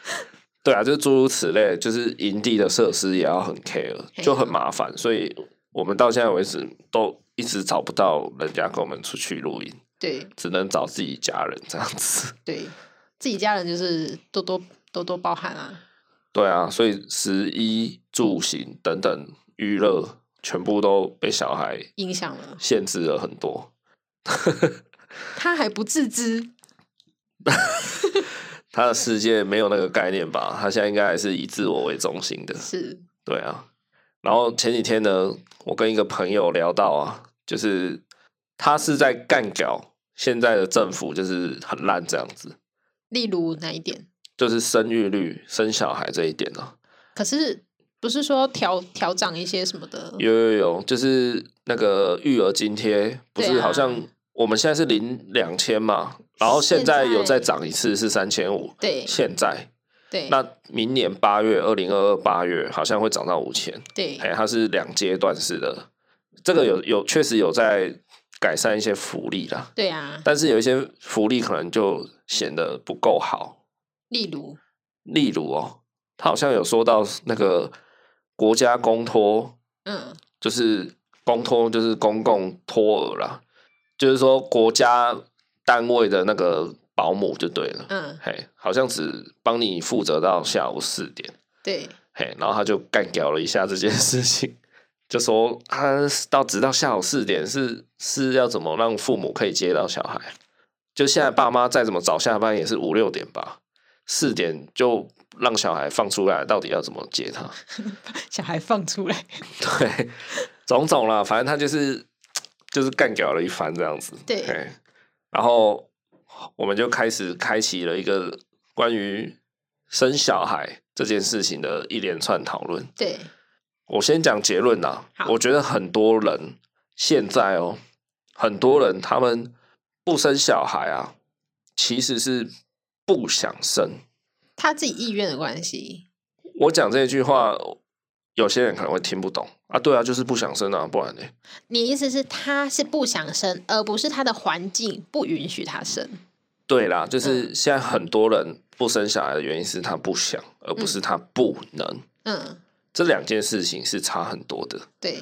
Speaker 1: 对啊，就是诸如此类，就是营地的设施也要很 care，
Speaker 2: 嘿
Speaker 1: 就很麻烦，所以我们到现在为止都一直找不到人家跟我们出去露营，
Speaker 2: 对
Speaker 1: 只能找自己家人这样子。
Speaker 2: 对，自己家人就是多多多多包涵啊。
Speaker 1: 对啊，所以食衣住行等等娱乐全部都被小孩
Speaker 2: 影响了
Speaker 1: 限制了很多。
Speaker 2: 他还不自知，
Speaker 1: 他的世界没有那个概念吧？他现在应该还是以自我为中心的。
Speaker 2: 是
Speaker 1: 对啊，然后前几天呢，我跟一个朋友聊到啊，就是他是在干掉现在的政府，就是很烂这样子，
Speaker 2: 例如哪一点？
Speaker 1: 就是生育率、生小孩这一点啊，
Speaker 2: 可是不是说调调整一些什么的？
Speaker 1: 有有有，就是那个育儿津贴，不
Speaker 2: 对
Speaker 1: 是
Speaker 2: 啊
Speaker 1: 好像我们现在是领两千嘛，然后现在
Speaker 2: 现在
Speaker 1: 有再涨一次是三千五，
Speaker 2: 对
Speaker 1: 现在
Speaker 2: 对
Speaker 1: 那明年八月，二零二二八月好像会涨到五千。
Speaker 2: 对
Speaker 1: 哎，它是两阶段式的，这个有有确实有在改善一些福利啦，
Speaker 2: 对啊，
Speaker 1: 但是有一些福利可能就显得不够好。
Speaker 2: 例如
Speaker 1: 例如哦，他好像有说到那个国家公托，
Speaker 2: 嗯
Speaker 1: 就是公托就是公共托儿啦，就是说国家单位的那个保姆就对了，
Speaker 2: 嗯
Speaker 1: 嘿，好像只帮你负责到下午四点。
Speaker 2: 对
Speaker 1: 嘿，然后他就干掉了一下这件事情，就说他到直到下午四点是是要怎么让父母可以接到小孩？就现在爸妈再怎么早下班也是五六点吧，四点就让小孩放出来，到底要怎么接他？
Speaker 2: 小孩放出来，
Speaker 1: 对，种种啦，反正他就是就是干掉了一番这样子。
Speaker 2: 对
Speaker 1: 嘿然后我们就开始开启了一个关于生小孩这件事情的一连串讨论。
Speaker 3: 对，
Speaker 1: 我先讲结论啦，
Speaker 3: 好
Speaker 1: 我觉得很多人现在哦，很多人他们不生小孩啊，其实是不想生。
Speaker 2: 他自己意愿的关系，
Speaker 1: 我讲这句话，有些人可能会听不懂啊。对啊，就是不想生啊，不然呢？
Speaker 2: 你意思是他是不想生，而不是他的环境不允许他生。
Speaker 1: 对啦，就是现在很多人不生小孩的原因是他不想，而不是他不能。
Speaker 2: 嗯，
Speaker 1: 这两件事情是差很多的。
Speaker 2: 对，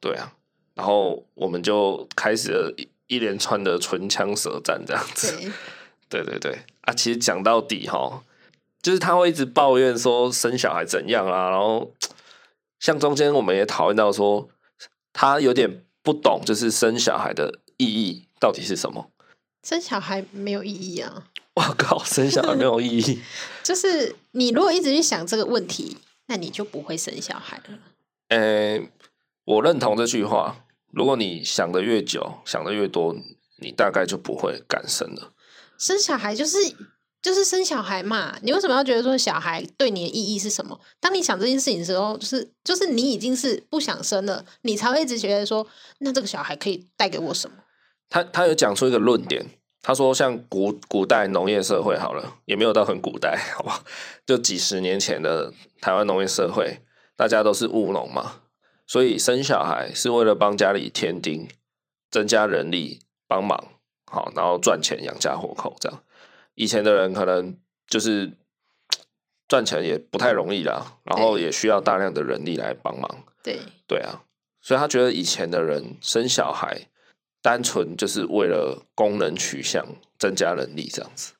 Speaker 1: 对啊，然后我们就开始了一一连串的唇枪舌战这样子。
Speaker 2: 对，
Speaker 1: 对对对，啊，其实讲到底哈，就是他会一直抱怨说生小孩怎样啊啦，然后像中间我们也讨论到说，他有点不懂，就是生小孩的意义到底是什么。
Speaker 2: 生小孩没有意义啊。
Speaker 1: 我靠，生小孩没有意义。
Speaker 2: 就是你如果一直去想这个问题，那你就不会生小孩了。
Speaker 1: 呃、我认同这句话。如果你想的越久，想的越多，你大概就不会敢生了。
Speaker 2: 生小孩就是就是生小孩嘛，你为什么要觉得说小孩对你的意义是什么？当你想这件事情的时候，就是就是你已经是不想生了，你才会一直觉得说，那这个小孩可以带给我什么？
Speaker 1: 他他有讲出一个论点，他说像古古代农业社会好了，也没有到很古代，好吧，就几十年前的台湾农业社会，大家都是务农嘛，所以生小孩是为了帮家里添丁，增加人力帮忙，好，然后赚钱养家活口这样。以前的人可能就是嘖赚钱也不太容易啦，然后也需要大量的人力来帮忙，
Speaker 2: 对，
Speaker 1: 对啊，所以他觉得以前的人生小孩单纯就是为了功能取向，增加能力这样子。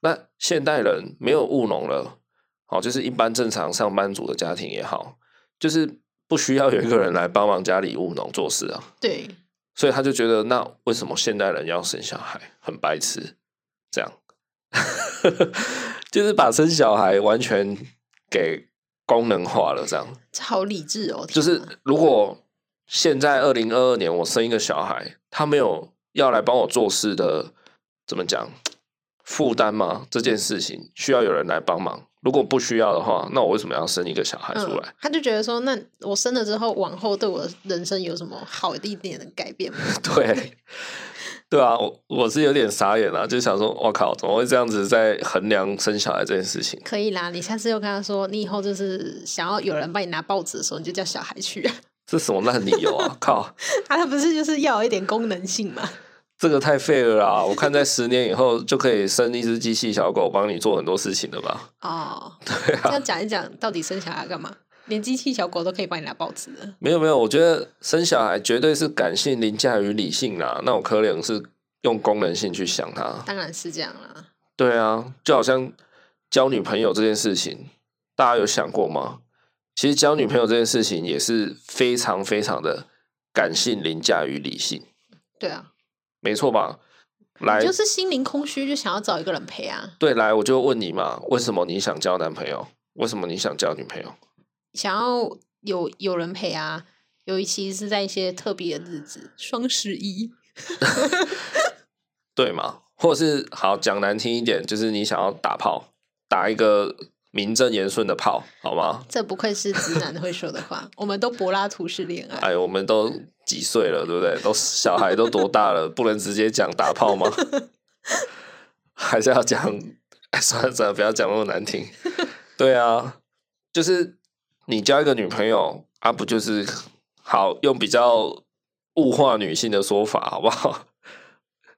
Speaker 1: 那现代人没有务农了，好，就是一般正常上班族的家庭也好，就是不需要有一个人来帮忙家里务农做事啊。
Speaker 2: 对，
Speaker 1: 所以他就觉得，那为什么现代人要生小孩，很白痴，这样， 就是把生小孩完全给功能化了，这样。
Speaker 2: 这好理智哦，
Speaker 1: 就
Speaker 2: 天
Speaker 1: 是
Speaker 2: 哪
Speaker 1: 如果现在二零二二年我生一个小孩，他没有要来帮我做事的，怎么讲负担吗？这件事情需要有人来帮忙。如果不需要的话，那我为什么要生一个小孩出来
Speaker 2: 嗯？，他就觉得说，那我生了之后，往后对我的人生有什么好一点的改变吗？
Speaker 1: 对，对啊，我我是有点傻眼啊，就想说，我靠，怎么会这样子在衡量生小孩这件事情？
Speaker 2: 可以啦，你下次又跟他说，你以后就是想要有人帮你拿报纸的时候，你就叫小孩去、 啊，
Speaker 1: 这什么烂理由啊！靠，
Speaker 2: 他不是就是要有一点功能性嘛？
Speaker 1: 这个太废了啦！我看在十年以后就可以生一只机器小狗，帮你做很多事情了吧？
Speaker 2: 哦，
Speaker 1: 对啊，
Speaker 2: 这样讲一讲，到底生小孩干嘛？连机器小狗都可以帮你拿报纸了。
Speaker 1: 没有没有，我觉得生小孩绝对是感性凌驾于理性啦。那我可能是用功能性去想它。
Speaker 2: 当然是这样啦。
Speaker 1: 对啊，就好像交女朋友这件事情，大家有想过吗？其实交女朋友这件事情也是非常非常的感性凌驾于理性，
Speaker 2: 对啊，
Speaker 1: 没错吧？来，
Speaker 2: 你就是心灵空虚，就想要找一个人陪啊，
Speaker 1: 对，来，我就问你嘛，为什么你想交男朋友？为什么你想交女朋友？
Speaker 2: 想要有有人陪啊。尤其是在一些特别的日子，双十一，
Speaker 1: 对嘛？或者是好讲难听一点，就是你想要打炮，打一个名正言顺的炮，好吗？
Speaker 2: 这不愧是直男会说的话。 我们都柏拉图式恋爱，
Speaker 1: 哎，我们都几岁了，对不对？都小孩都多大了，不能直接讲打炮吗？ 还是要讲？哎，算了算了，不要讲那么难听。对啊，就是你交一个女朋友啊，不就是好用比较物化女性的说法，好不好？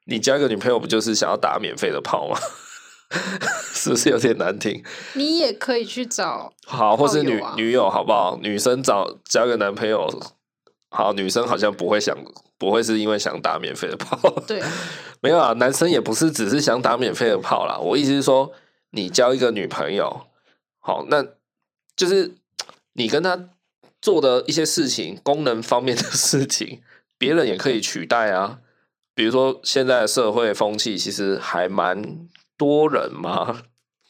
Speaker 1: 你交一个女朋友不就是想要打免费的炮吗？ 是不是有点难听？
Speaker 2: 你也可以去找。
Speaker 1: 好，或是
Speaker 2: 炮友
Speaker 1: 女
Speaker 2: 啊
Speaker 1: 女友好不好？女生找交个男朋友，好，女生好像不会想，不会是因为想打免费的炮，
Speaker 2: 对啊，
Speaker 1: 没有啊，男生也不是只是想打免费的炮啦。我意思是说，你交一个女朋友，好，那就是你跟她做的一些事情，功能方面的事情，别人也可以取代啊。比如说，现在的社会风气其实还蛮多人嘛，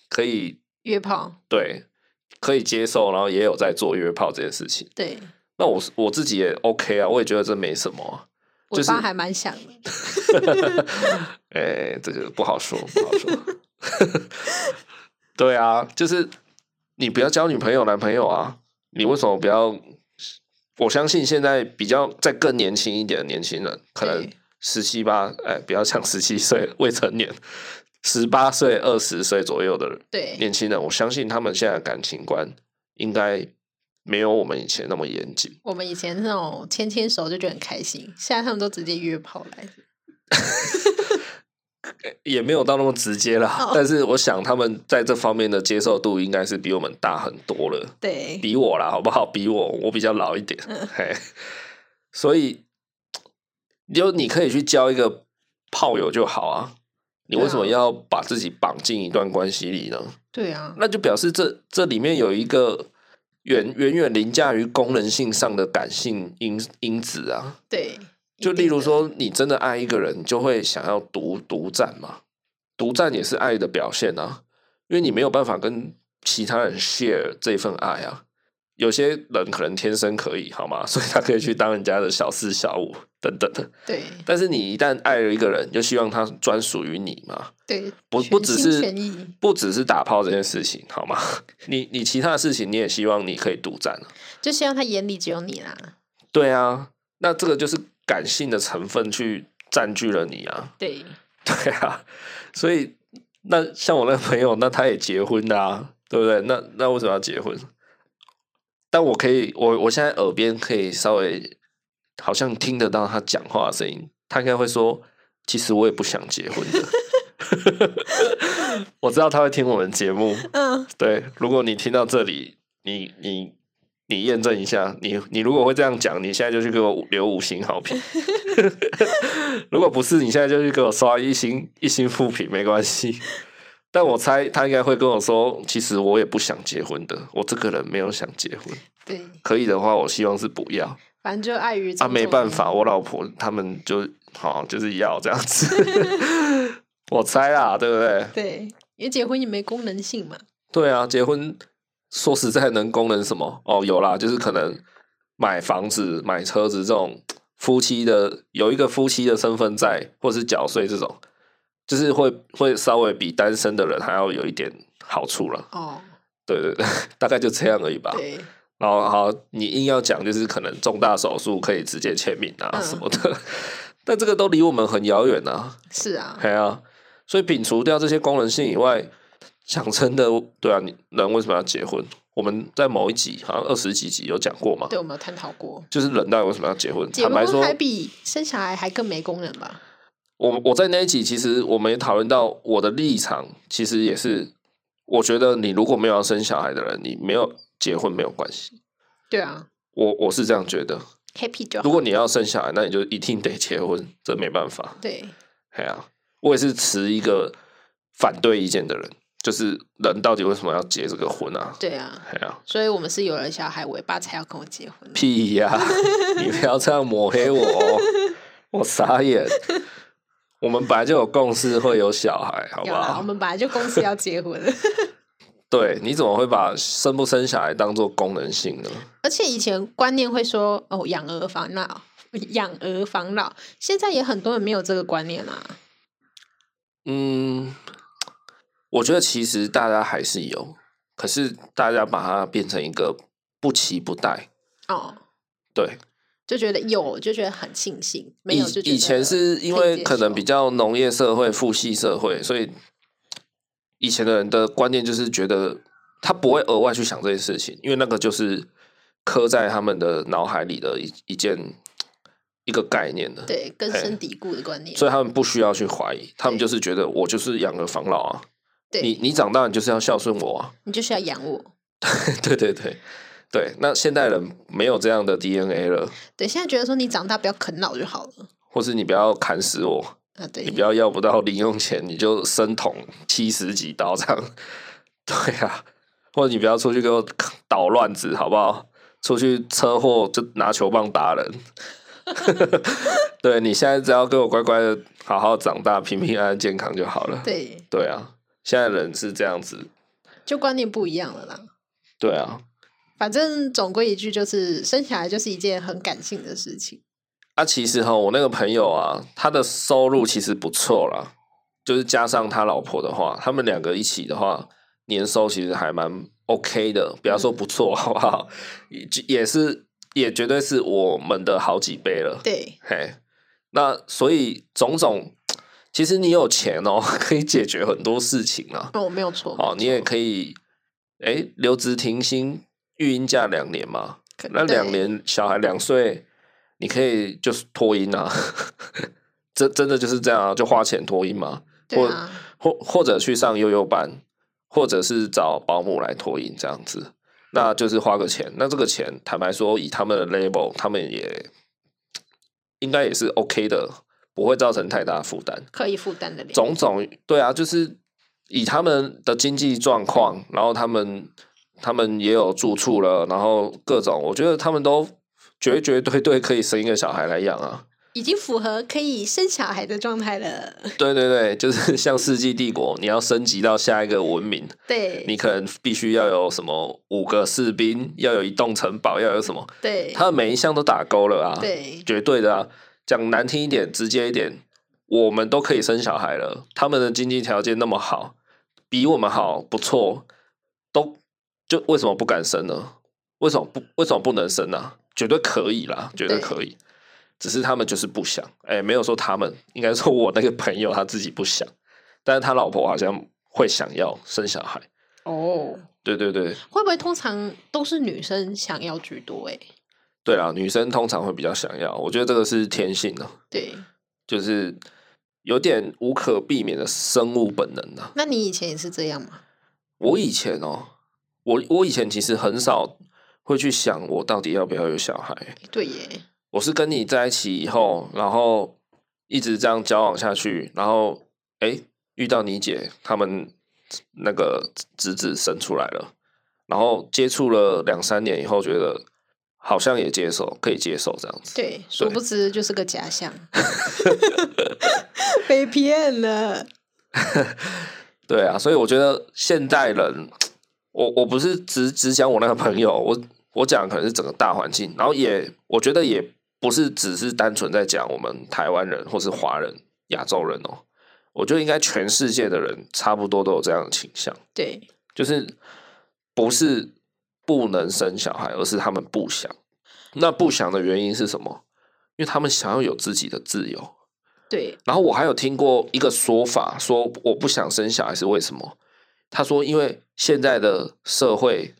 Speaker 1: 可以
Speaker 2: 约炮，
Speaker 1: 对，可以接受，然后也有在做约炮这件事情。
Speaker 2: 对
Speaker 1: 那我是我自己也 OK 啊，我也觉得这没什么啊、就
Speaker 2: 尾
Speaker 1: 是
Speaker 2: 巴还蛮响的。
Speaker 1: 哎、这个不好说，不好说。 对啊，就是你不要交女朋友、男朋友啊，你为什么不要？我相信现在比较再更年轻一点的年轻人，可能
Speaker 2: 对
Speaker 1: 十七八，哎，不要像十七岁未成年，十八岁、二十岁左右的
Speaker 2: 对，
Speaker 1: 年轻人，我相信他们现在的感情观应该没有我们以前那么严谨。
Speaker 2: 我们以前那种牵牵手就觉得很开心，现在他们都直接约炮来。
Speaker 1: 也没有到那么直接啦，
Speaker 2: 哦
Speaker 1: 但是我想他们在这方面的接受度应该是比我们大很多了，
Speaker 2: 对，
Speaker 1: 比我啦，好不好？比我，我比较老一点，
Speaker 2: 嗯
Speaker 1: 嘿，所以就你可以去交一个炮友就好啊，你为什么
Speaker 2: 对啊
Speaker 1: 要把自己绑进一段关系里呢？
Speaker 2: 对啊，
Speaker 1: 那就表示这这里面有一个远远远凌驾于功能性上的感性因因子啊，
Speaker 2: 对，
Speaker 1: 就
Speaker 2: 哦一
Speaker 1: 例
Speaker 2: 定
Speaker 1: 如
Speaker 2: 的，
Speaker 1: 说，你真的爱一个人，你就会想要独独占嘛，独占也是爱的表现啊，因为你没有办法跟其他人 share 这份爱啊。有些人可能天生可以，好吗？ 所以他可以去当人家的小四、小五等等的。
Speaker 2: 对
Speaker 1: 但是你一旦爱了一个人，就希望他专属于你嘛，
Speaker 2: 对，
Speaker 1: 不
Speaker 2: 全
Speaker 1: 不只
Speaker 2: 心
Speaker 1: 是
Speaker 2: 全意，
Speaker 1: 不只是打炮这件事情，好吗？ 你你其他的事情你也希望你可以独占啊。
Speaker 2: 就希望他眼里只有你啦。
Speaker 1: 对啊，那这个就是感性的成分去占据了你啊。
Speaker 2: 对，
Speaker 1: 对啊，所以那像我那个朋友，那他也结婚啦、对不对？那那为什么要结婚？但我可以，我我现在耳边可以稍微好像听得到他讲话的声音，他应该会说：“其实我也不想结婚的。” 我知道他会听我们节目，
Speaker 2: 嗯，
Speaker 1: 对，如果你听到这里，你你你验证一下，你你如果会这样讲，你现在就去给我五留五星好评。如果不是，你现在就去给我刷一星一星负评，没关系。 但我猜他应该会跟我说，其实我也不想结婚的，我这个人没有想结婚。
Speaker 2: 对，
Speaker 1: 可以的话，我希望是不要
Speaker 2: 反正就碍于
Speaker 1: 啊，
Speaker 2: 种
Speaker 1: 没
Speaker 2: 种
Speaker 1: 办
Speaker 2: 原
Speaker 1: 法，
Speaker 2: 因，
Speaker 1: 我老婆他们就好、就是要这样子。 我猜啦，对不对？
Speaker 2: 对，因为结婚也没功能性嘛。
Speaker 1: 对啊，结婚说实在能功能什么？哦，有啦，就是可能买房子、买车子这种夫妻的有一个夫妻的身份在，或是缴税这种，就是会会稍微比单身的人还要有一点好处了。
Speaker 2: 哦，
Speaker 1: 对对 对，大概就这样而已吧。
Speaker 2: 对，
Speaker 1: 然后好，你硬要讲就是可能重大手术可以直接签名啊
Speaker 2: 嗯
Speaker 1: 什么的， 但这个都离我们很遥远啊。
Speaker 2: 是啊，
Speaker 1: 对啊，所以摒除掉这些功能性以外，讲真的，对啊，你人为什么要结婚？我们在某一集好像二十几集有讲过嘛，
Speaker 2: 对，我们有探讨过，
Speaker 1: 就是人到底为什么要结婚？
Speaker 2: 结
Speaker 1: 坦白
Speaker 2: 婚
Speaker 1: 说，
Speaker 2: 还比生小孩还更没功能吧？
Speaker 1: 我我在那一集其实我们也讨论到我的立场，其实也是，我觉得你如果没有要生小孩的人，你没有结婚没有关系，
Speaker 2: 对啊
Speaker 1: 我我是这样觉得。
Speaker 2: ，happy 就
Speaker 1: 如
Speaker 2: 好。
Speaker 1: 果你要生小孩，那你就一定得结婚，这没办法。
Speaker 2: 对，
Speaker 1: 哎呀、我也是持一个反对意见的人，就是人到底为什么要结这个婚啊？
Speaker 2: 对啊，
Speaker 1: 哎呀、
Speaker 2: 所以我们是有了小孩，尾巴才要跟我结婚的。
Speaker 1: 屁呀、你不要这样抹黑我哦、我傻眼。我们本来就有共识会有小孩，好不
Speaker 2: 有啦，我
Speaker 1: 好？
Speaker 2: 们本来就公司要结婚，
Speaker 1: 对，你怎么会把生不生小孩当做功能性呢？
Speaker 2: 而且以前观念会说哦，养儿防老，养儿防老，现在也很多人没有这个观念啊。
Speaker 1: 嗯，我觉得其实大家还是有，可是大家把它变成一个不期不待。
Speaker 2: 哦，
Speaker 1: 对，
Speaker 2: 就觉得有就觉得很庆幸，没有就觉得
Speaker 1: 以以前是因为可能比
Speaker 2: 以接
Speaker 1: 较农业社会、父系社会，所以以前的人的观念就是觉得他不会额外去想这件事情，因为那个就是刻在他们的脑海里的一一件一个概念的
Speaker 2: 受，对根
Speaker 1: 嘿
Speaker 2: 深蒂固的观念，
Speaker 1: 所以他们不需要去怀疑，他们
Speaker 2: 对
Speaker 1: 就是觉得我就是养儿防老啊，
Speaker 2: 对
Speaker 1: 你你长大你就是要孝顺我啊，
Speaker 2: 你就是要养我。
Speaker 1: 对对对对，那现代人没有这样的 DNA 了，
Speaker 2: 对，现在觉得说你长大不要啃老就好了
Speaker 1: 或是你不要砍死我，
Speaker 2: 啊，对
Speaker 1: 你，不要要不到零用钱，你就生捅七十几刀这样。对啊，或者你不要出去给我捣乱子，好不好？出去车祸就拿球棒打人。 对你现在只要跟我乖乖的，好好长大，平平安安、健康就好了。
Speaker 2: 对，
Speaker 1: 对啊，现在人是这样子。
Speaker 2: 就观念不一样了啦。
Speaker 1: 对啊，
Speaker 2: 反正总归一句，就是生小孩就是一件很感性的事情。
Speaker 1: 啊，其实哈，我那个朋友啊，他的收入其实不错啦，就是加上他老婆的话，他们两个一起的话，年收其实还蛮 OK 的，不要说不错，好不好？也也是也绝对是我们的好几倍了。
Speaker 3: 对，
Speaker 1: 嘿，那所以种种，其实你有钱哦， 可以解决很多事情啊。
Speaker 2: 哦，没有错，
Speaker 1: 哦，你也可以，哎，留职停薪，育婴假两年嘛，
Speaker 3: 可
Speaker 1: 那两
Speaker 3: 对
Speaker 1: 年小孩两岁，你可以就是托婴啊， 真真的就是这样啊，就花钱托婴嘛，
Speaker 3: 对啊，
Speaker 1: 或或者去上幼幼班，或者是找保姆来托婴这样子，那就是花个钱，那这个钱坦白说，以他们的 label，他们也应该也是 OK 的，不会造成太大负担。
Speaker 2: 可以负担的了。
Speaker 1: 种种，对啊，就是以他们的经济状况，然后他们他们也有住处了，然后各种，我觉得他们都绝绝对对可以生一个小孩来养啊。
Speaker 3: 已经符合可以生小孩的状态了。
Speaker 1: 对对对，就是 像《世纪帝国》，你要升级到下一个文明，
Speaker 3: 对，
Speaker 1: 你可能必须要有什么五个士兵，要有一栋城堡，要有什么，
Speaker 3: 对，
Speaker 1: 他们每一项都打勾了啊，
Speaker 3: 对，
Speaker 1: 绝对的啊。讲难听一点，直接一点，我们都可以生小孩了，他们的经济条件那么好，比我们好，不错，都就为什么不敢生呢？为什么不为什么不能生呢、啊？绝对可以啦，绝对
Speaker 3: 对
Speaker 1: 可以，只是他们就是不想。哎、没有说他们，应该说我那个朋友他自己不想，但是他老婆好像会想要生小孩。
Speaker 3: 哦，
Speaker 1: 对对对，
Speaker 2: 会不会通常都是女生想要居多、欸？哎，
Speaker 1: 对啦，女生通常会比较想要，我觉得这个是天性啊。
Speaker 2: 对。
Speaker 1: 就是有点无可避免的生物本能啊。
Speaker 2: 那你以前也是这样吗？
Speaker 1: 我以前哦，我我以前其实很少会去想我到底要不要有小孩。
Speaker 2: 对耶，
Speaker 1: 我是跟你在一起以后，然后一直这样交往下去，然后哎遇到你姐他们那个侄子生出来了，然后接触了两三年以后，觉得好像也接受，可以接受这样子。
Speaker 2: 对，殊不知就是个假象， 被骗了。
Speaker 1: 对啊，所以我觉得现代人，我我不是只只讲我那个朋友，我我讲可能是整个大环境，然后也我觉得也不是只是单纯在讲我们台湾人或是华人、亚洲人哦，我觉得应该全世界的人差不多都有这样的倾向，
Speaker 2: 对，
Speaker 1: 就是不是不能生小孩，而是他们不想。那不想的原因是什么？因为他们想要有自己的自由。
Speaker 2: 对，
Speaker 1: 然后我还有听过一个说法，说我不想生小孩是为什么？他说，因为现在的社会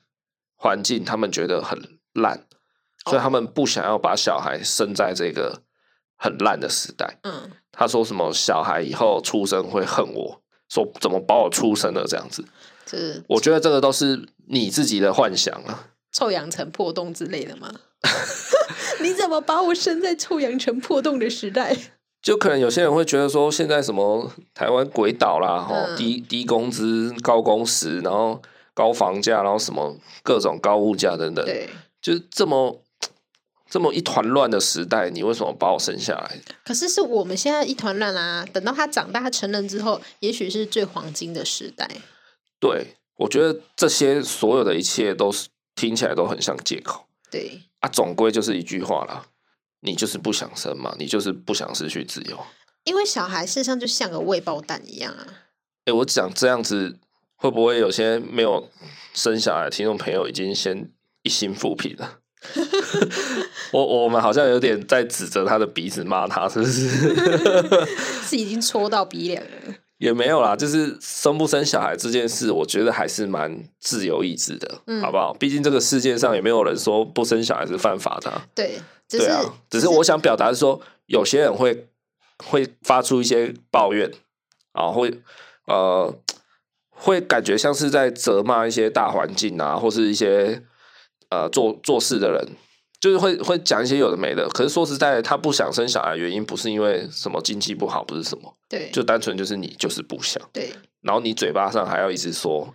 Speaker 1: 环境，他们觉得很烂，所以他们不想要把小孩生在这个很烂的时代。
Speaker 2: 嗯，
Speaker 1: 他说什么小孩以后出生会恨我，说怎么把我出生了这样子。
Speaker 2: 就是
Speaker 1: 我觉得这个都是你自己的幻想啊。
Speaker 2: 臭氧层破洞之类的吗？ 你怎么把我生在臭氧层破洞的时代？
Speaker 1: 就可能有些人会觉得说，现在什么台湾鬼岛啦，吼、
Speaker 2: 嗯
Speaker 1: 低低工资、高工时，然后高房价，然后什么各种高物价等等，
Speaker 2: 对，
Speaker 1: 就是这么这么一团乱的时代，你为什么把我生下来？
Speaker 2: 可是是我们现在一团乱啊！等到他长大成人之后，也许是最黄金的时代。
Speaker 1: 对我觉得这些所有的一切都是听起来都很像借口
Speaker 2: 对，
Speaker 1: 啊，总归就是一句话啦，你就是不想生嘛，你就是不想失去自由。
Speaker 2: 因为小孩事实上就像个未爆弹一样啊。
Speaker 1: 哎、我讲这样子，会不会有些没有生小孩的听众朋友已经先一心扶贫了？ 我我们好像有点在指着他的鼻子骂他，是不是？
Speaker 2: 是已经戳到鼻梁了。
Speaker 1: 也没有啦，就是生不生小孩这件事，我觉得还是蛮自由意志的，
Speaker 2: 嗯
Speaker 1: 好不好？毕竟这个世界上也没有人说不生小孩是犯法的啊、
Speaker 2: 对，只是、
Speaker 1: 对啊。只是我想表达是说，有些人会会发出一些抱怨啊，会呃，会感觉像是在责骂一些大环境啊，或是一些呃做做事的人，就是会会讲一些有的没的。可是说实在的，他不想生小孩，原因不是因为什么经济不好，不是什么，
Speaker 2: 对
Speaker 1: 就单纯就是你就是不想，
Speaker 2: 对，
Speaker 1: 然后你嘴巴上还要一直说。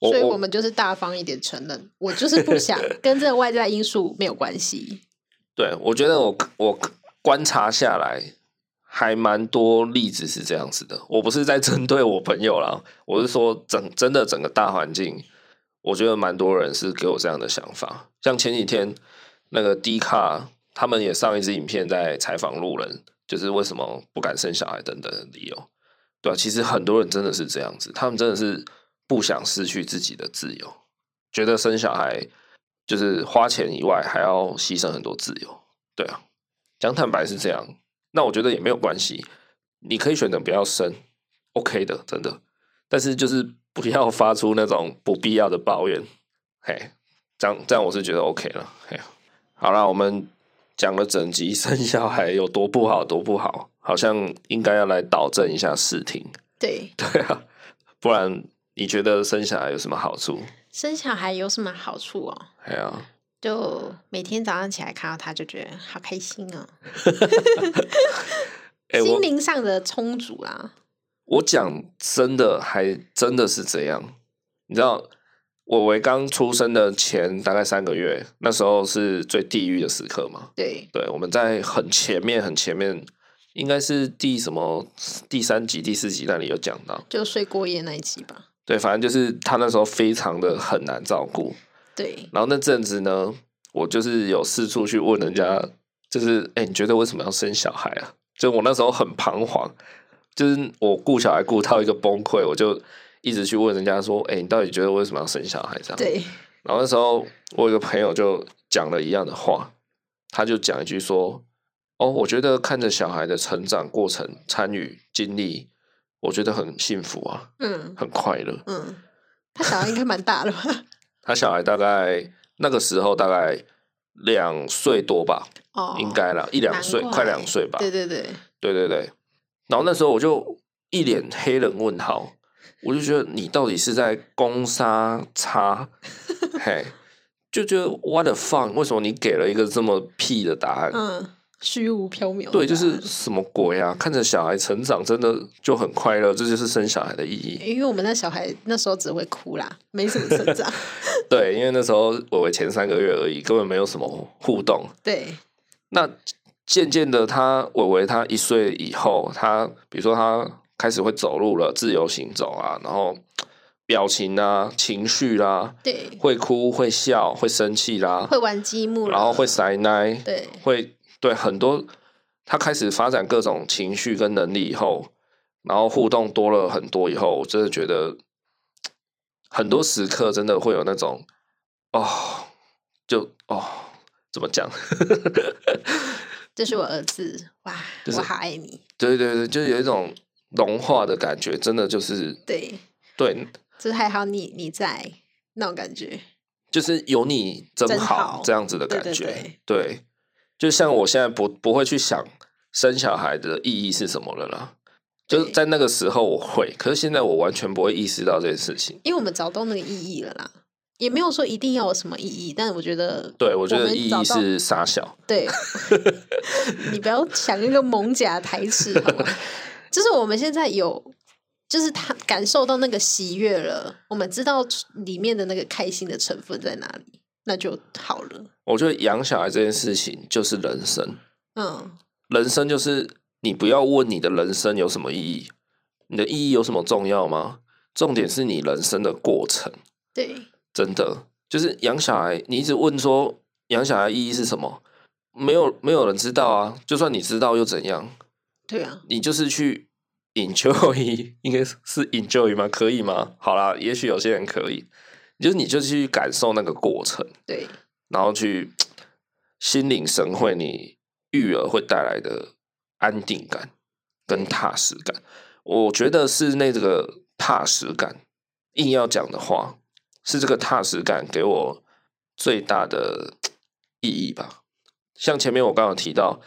Speaker 1: 我
Speaker 2: 所以我
Speaker 1: 我
Speaker 2: 们就是大方一点承认，我就是 不想，跟这个外在因素没有关系。
Speaker 1: 对我觉得我我观察下来，还蛮多例子是这样子的。我不是在针对我朋友啦，我是说整真的整个大环境，我觉得蛮多人是给我这样的想法。像前几天那个 D 卡他们也上一支影片在采访路人，就是为什么不敢生小孩等等的理由，对啊，其实很多人真的是这样子，他们真的是不想失去自己的自由，觉得生小孩就是花钱以外还要牺牲很多自由，对啊，讲坦白是这样，那我觉得也没有关系，你可以选择不要生，OK 的，真的，但是就是不要发出那种不必要的抱怨，嘿，这样这样我是觉得 OK 了，嘿。啊好啦，我们讲了整集 生小孩有多不好，多不好，好像应该要来导正一下视听。
Speaker 2: 对，
Speaker 1: 对啊，不然你觉得生小孩有什么好处？
Speaker 3: 生小孩有什么好处哦？
Speaker 1: 哎呀，嗯
Speaker 3: 就每天早上起来看到他，就觉得好开心哦，
Speaker 1: 哎、
Speaker 3: 心
Speaker 1: 我
Speaker 3: 灵上的充足啊。
Speaker 1: 我讲真的，还真的是这样。你知道，我为刚出生的前大概三个月，那时候是最地狱的时刻嘛。
Speaker 3: 对，
Speaker 1: 对，我们在很前面、很前面，应该是第什么第三集、第四集那里有讲到。
Speaker 3: 就睡过夜那一集吧。
Speaker 1: 对，反正就是他那时候非常的很难照顾。
Speaker 3: 对，
Speaker 1: 然后那阵子呢，我就是有四处去问人家，就是哎、诶你觉得为什么要生小孩啊？就我那时候很彷徨，就是我顾小孩顾到一个崩溃，我就一直去问人家说，哎、你到底觉得为什么要生小孩这样？
Speaker 3: 对，
Speaker 1: 然后那时候我有个朋友就讲了一样的话，他就讲一句说：“哦，我觉得看着小孩的成长过程、参与经历，我觉得很幸福啊，
Speaker 3: 嗯
Speaker 1: 很快乐。”
Speaker 3: 嗯，他小孩应该蛮大的吧？
Speaker 1: 他小孩大概那个时候大概两岁多吧，
Speaker 3: 哦，
Speaker 1: 应该啦，一两
Speaker 3: 难
Speaker 1: 岁，
Speaker 3: 怪
Speaker 1: 快两岁吧。
Speaker 3: 对对对，
Speaker 1: 对对对。然后那时候我就一脸黑人问号，我就觉得你到底是在攻杀叉，嘿，就觉得 what the fuck？为什么你给了一个这么屁的答案？
Speaker 3: 嗯，啊虚无缥缈的吧。
Speaker 1: 对，就是什么鬼啊！看着小孩成长，真的就很快乐，这就是生小孩的意义。
Speaker 3: 因为我们那小孩那时候只会哭啦，没什么成长。
Speaker 1: 对，因为那时候我为前三个月而已，根本没有什么互动。
Speaker 3: 对，
Speaker 1: 那渐渐的他，伟伟他一岁以后，他比如说他开始会走路了，自由行走啊，然后表情啊、情绪啦、
Speaker 3: 对，
Speaker 1: 会哭、会笑、会生气啦，
Speaker 3: 会玩积木，
Speaker 1: 啊然后会塞奶，
Speaker 3: 对
Speaker 1: 会对很多他开始发展各种情绪跟能力以后，然后互动多了很多以后，我真的觉得很多时刻真的会有那种哦，就哦，怎么讲？
Speaker 3: 这是我儿子，哇，
Speaker 1: 就是
Speaker 3: 我好爱你。
Speaker 1: 对对对，就是有一种融化的感觉，真的就是
Speaker 3: 对，
Speaker 1: 对，
Speaker 3: 就是还好你你在那种感觉。
Speaker 1: 就是有你真
Speaker 3: 真
Speaker 1: 好
Speaker 3: 好
Speaker 1: 这样子的
Speaker 3: 对
Speaker 1: 感
Speaker 3: 对
Speaker 1: 觉。对就像我现在不不会去想生小孩的意义是什么了啦。就是
Speaker 3: 对
Speaker 1: 在那个时候我会，可是现在我完全不会意识到这件事情。
Speaker 3: 因为我们找到那个意义了啦，也没有说一定要有什么意义，但我觉得，
Speaker 1: 对，我觉得
Speaker 3: 们
Speaker 1: 意
Speaker 3: 找
Speaker 1: 义
Speaker 3: 到
Speaker 1: 是傻小，
Speaker 3: 对，你不要想那个蒙甲台词好吗？ 就是我们现在有，就是他感受到那个喜悦了，我们知道里面的那个开心的成分在哪里，那就好了。
Speaker 1: 我觉得养小孩这件事情就是人生，
Speaker 3: 嗯，
Speaker 1: 人生就是你不要问你的人生有什么意义，你的意义有什么重要吗？重点是你人生的过程。
Speaker 3: 对，
Speaker 1: 真的，就是养小孩，你一直问说养小孩意义是什么，没有没有人知道啊。就算你知道又怎样？
Speaker 3: 对啊，
Speaker 1: 你就是去 enjoy，应该是是 enjoy 吗？可以吗？好啦，也许有些人可以，就是你就去感受那个过程，
Speaker 3: 对，
Speaker 1: 然后去心领神会你育儿会带来的安定感跟踏实感。我觉得是那这个踏实感，硬要讲的话，是这个踏实感给我最大的意义吧。像前面我刚刚有提到，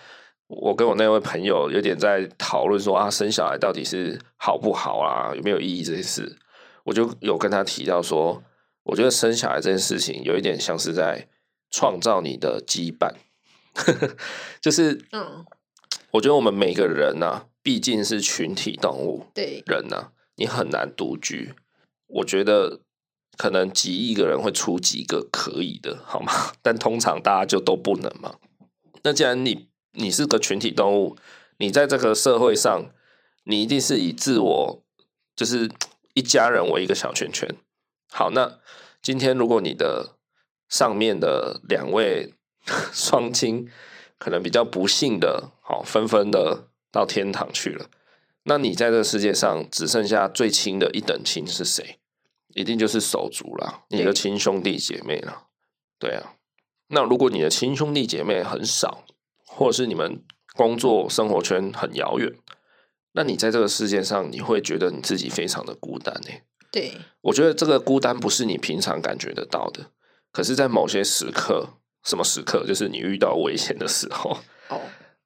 Speaker 1: 我跟我那位朋友有点在讨论说啊，生小孩到底是好不好啊，有没有意义这件事，我就有跟他提到说，我觉得生小孩这件事情有一点像是在创造你的羁绊， 就是
Speaker 3: 嗯，
Speaker 1: 我觉得我们每个人呢、毕竟是群体动物，
Speaker 3: 对，
Speaker 1: 人呢、你很难独居。我觉得可能几亿个人会出几个可以的，好吗？ 但通常大家就都不能嘛。那既然你你是个群体动物，你在这个社会上，你一定是以自我就是一家人为一个小圈圈。好，那今天如果你的上面的两位 双亲可能比较不幸的，好、纷纷的到天堂去了。那你在这个世界上只剩下最亲的一等亲是谁？一定就是手足啦，你的
Speaker 2: 对
Speaker 1: 亲兄弟姐妹啦。对啊，那如果你的亲兄弟姐妹很少，或者是你们工作生活圈很遥远，那你在这个世界上，你会觉得你自己非常的孤单欸诶、
Speaker 2: 对，
Speaker 1: 我觉得这个孤单不是你平常感觉得到的，可是，在某些时刻，什么时刻？就是你遇到危险的时候。
Speaker 2: 哦，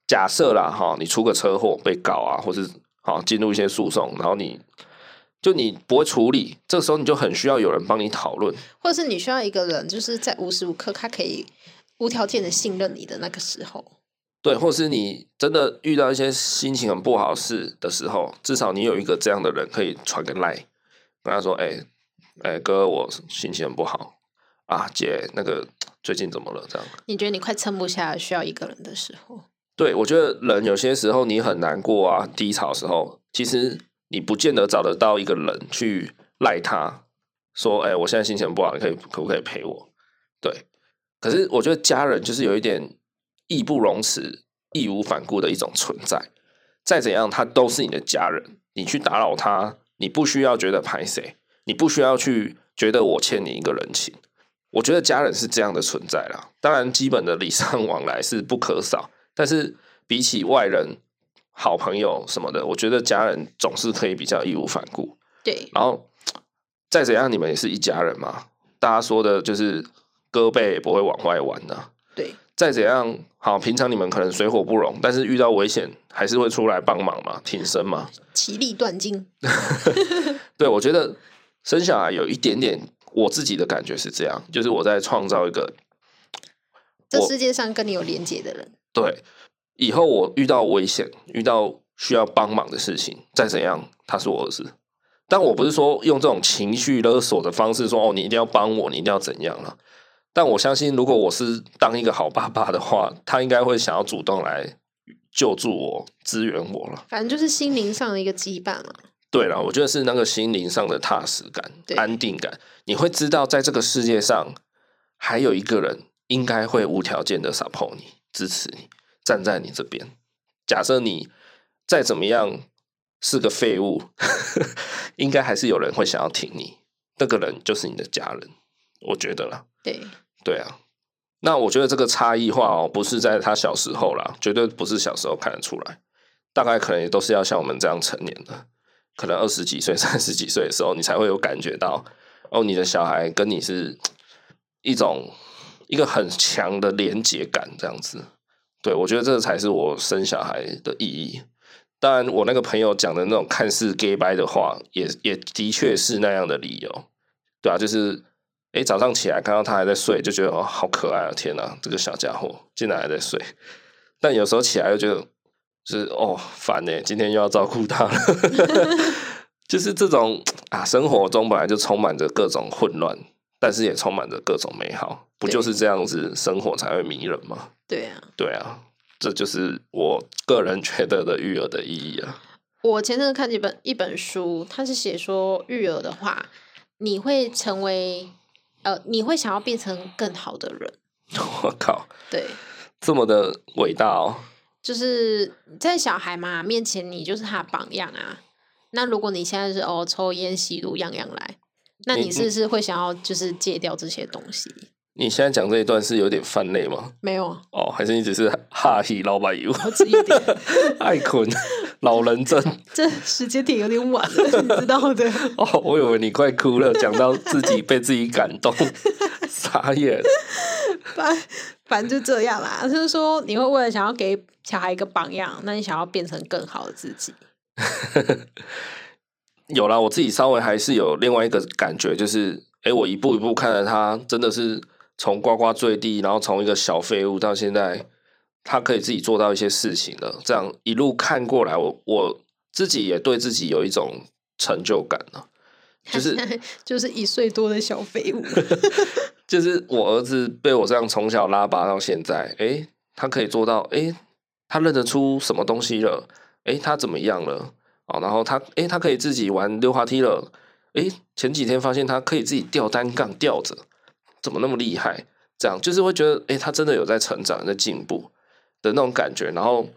Speaker 1: 假设啦，哈，你出个车祸被告啊，或是好进入一些诉讼，然后你就你不会处理，这时候你就很需要有人帮你讨论。
Speaker 2: 或是你需要一个人，就是在无时无刻他可以无条件的信任你的那个时候，
Speaker 1: 对，或是你真的遇到一些心情很不好的事的时候，至少你有一个这样的人可以传个赖，跟他说：“哎、哎、哥，我心情很不好啊，姐，那个最近怎么了？”这样。
Speaker 2: 你觉得你快撑不下，需要一个人的时候，
Speaker 1: 对，我觉得人有些时候你很难过啊，低潮的时候，其实你不见得找得到一个人去赖他，说：“哎、我现在心情不好，你可以可不可以陪我？”对，可是我觉得家人就是有一点义不容辞、义无反顾的一种存在。再怎样，他都是你的家人，你去打扰他，你不需要觉得排谁，你不需要去觉得我欠你一个人情。我觉得家人是这样的存在啦。当然，基本的礼尚往来是不可少，但是比起外人、好朋友什么的，我觉得家人总是可以比较义无反顾。
Speaker 2: 对，
Speaker 1: 然后再怎样，你们也是一家人嘛。大家说的就是胳膊也不会往外弯的、
Speaker 2: 对，
Speaker 1: 再怎样，好，平常你们可能水火不容，但是遇到危险还是会出来帮忙嘛，挺身嘛。
Speaker 2: 其利断金，
Speaker 1: 对，我觉得生小孩有一点点我自己的感觉是这样，就是我在创造一个
Speaker 2: 这
Speaker 1: 我
Speaker 2: 世界上跟你有连结的人，
Speaker 1: 对以后我遇到危险、遇到需要帮忙的事情，再怎样，他是我儿子。但我不是说用这种情绪勒索的方式说哦，你一定要帮我，你一定要怎样了、但我相信，如果我是当一个好爸爸的话，他应该会想要主动来救助我、支援我了。
Speaker 2: 反正就是心灵上的一个羁绊嘛，
Speaker 1: 对了，我觉得是那个心灵上的踏实感、
Speaker 2: 对
Speaker 1: 安定感。你会知道，在这个世界上，还有一个人应该会无条件的 support 你、支持你，站在你这边。假设你再怎么样是个废物， 应该还是有人会想要挺你。那个人就是你的家人，我觉得啦。
Speaker 2: 对，
Speaker 1: 对啊，那我觉得这个差异化哦，不是在他小时候啦，绝对不是小时候看得出来，大概可能也都是要像我们这样成年的，可能二十几岁、 三十几岁的时候，你才会有感觉到，哦，你的小孩跟你是一种一个很强的连结感，这样子。对我觉得这才是我生小孩的意义。当然，我那个朋友讲的那种看似 gay 掰的话，也也的确是那样的理由。对啊，就是哎、诶早上起来看到他还在睡，就觉得哦好可爱啊！天哪、这个小家伙竟然还在睡。但有时候起来又觉得就是哦烦呢、今天又要照顾他了。 就是这种啊，生活中本来就充满着各种混乱，但是也充满着各种美好，不
Speaker 2: 对
Speaker 1: 就是这样子生活才会迷人吗？
Speaker 2: 对啊，
Speaker 1: 对啊，这就是我个人 觉得的育儿的意义啊。
Speaker 2: 我前阵子看一本一本书，它是写说育儿的话，你会成为，呃，你会想要变成更好的人，
Speaker 1: 我靠，
Speaker 2: 对，
Speaker 1: 这么的伟大哦！
Speaker 2: 就是在小孩嘛面前，你就是他的榜样啊。那如果你现在是哦抽烟吸毒样样来，那
Speaker 1: 你
Speaker 2: 你是不是会想要就是戒掉这些东西？
Speaker 1: 你现在讲这一段是有点泛泪吗？
Speaker 2: 没有啊，
Speaker 1: 哦，还是你只是哈希老板油
Speaker 2: 我只一点，
Speaker 1: 爱困老人症？
Speaker 2: 这时间点有点晚了，你知道的。
Speaker 1: 哦，我以为你快哭了，讲到自己被自己感 动，傻眼。
Speaker 2: 反反正就这样啦，就是说你会为了想要给小孩一个榜样，那你想要变成更好的自己。
Speaker 1: 有啦，我自己稍微还是有另外一个感觉，就是，诶、我一步一步看着他，真的是从呱呱坠地，然后从一个小废物到现在，他可以自己做到一些事情了。这样一路看过来，我我自己也对自己有一种成就感呢、就是
Speaker 2: 就是一岁多的小废物，
Speaker 1: 就是我儿子被我这样从小拉拔到现在，诶、他可以做到，诶、他认得出什么东西了，诶、他怎么样了？哦，然后他，诶、他可以自己玩溜滑梯了，诶、前几天发现他可以自己吊单杠吊着，怎么那么厉害？这样就是会觉得，诶、他真的有在成长，在进步。的那种感觉，然后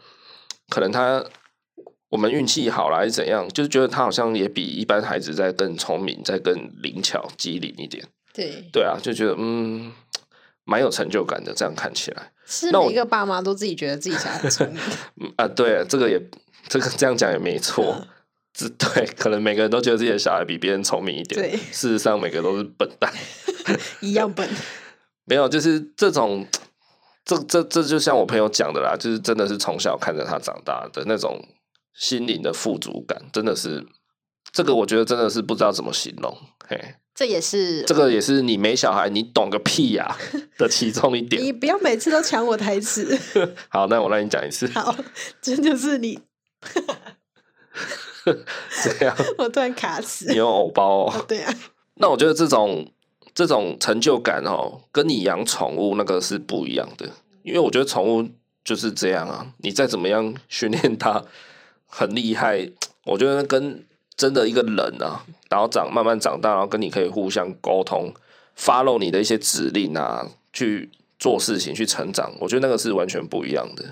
Speaker 1: 可能他我们运气好啦，还是怎样，就是觉得他好像也比一般孩子在更聪明，在更灵巧、机灵一点。
Speaker 3: 对，
Speaker 1: 对啊，就觉得嗯，蛮有成就感的。这样看起来，
Speaker 2: 是
Speaker 1: 那我
Speaker 2: 每一个爸妈都自己觉得自己小孩很聪明，
Speaker 1: 嗯啊，对啊这个也这个这样讲也没错。
Speaker 2: 嗯
Speaker 1: 这对，可能每个人都觉得自己的小孩比别人聪明一点，
Speaker 2: 对
Speaker 1: 事实上每个都是笨蛋。
Speaker 2: 一样笨。
Speaker 1: 没有，就是这种，这这这就像我朋友讲的啦，就是真的是从小看着他长大的那种心灵的富足感，真的是这个，我觉得真的是不知道怎么形容。嘿，
Speaker 3: 这也是
Speaker 1: 这个也是你没小孩，你懂个屁呀、 的其中一点。
Speaker 2: 你不要每次都抢我台词，
Speaker 1: 好，那我让你讲一次，
Speaker 2: 好，这就是你，
Speaker 1: 这样
Speaker 2: 我突然卡死
Speaker 1: 你。有偶包
Speaker 2: 哦
Speaker 1: 哦。
Speaker 2: 对啊，
Speaker 1: 那我觉得这种这种成就感哦，跟你养宠物那个是不一样的，因为我觉得宠物就是这样啊，你再怎么样训练它很厉害，我觉得跟真的一个人啊，然后长慢慢长大，然后跟你可以互相沟通，follow 你的一些指令啊，去做事情去成长，我觉得那个是完全不一样的。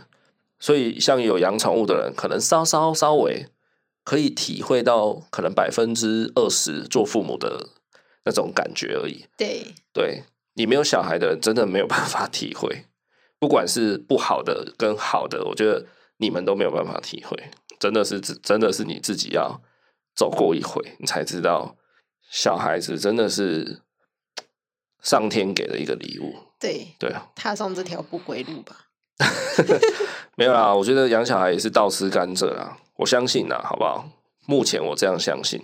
Speaker 1: 所以，像有养宠物的人，可能稍稍稍微可以体会到可能百分之二十做父母的那种感觉而已。
Speaker 3: 对
Speaker 1: 对你没有小孩的人，真的没有办法体会，不管是不好的跟好的，我觉得你们都没有办法体会，真的是自真的是你自己要走过一回，你才知道小孩子真的是上天给的一个礼物。
Speaker 2: 对，
Speaker 1: 对啊，
Speaker 2: 踏上这条不归路吧。
Speaker 1: 没有啦，我觉得养小孩也是倒吃甘蔗啦，我相信啦，好不好？目前我这样相信，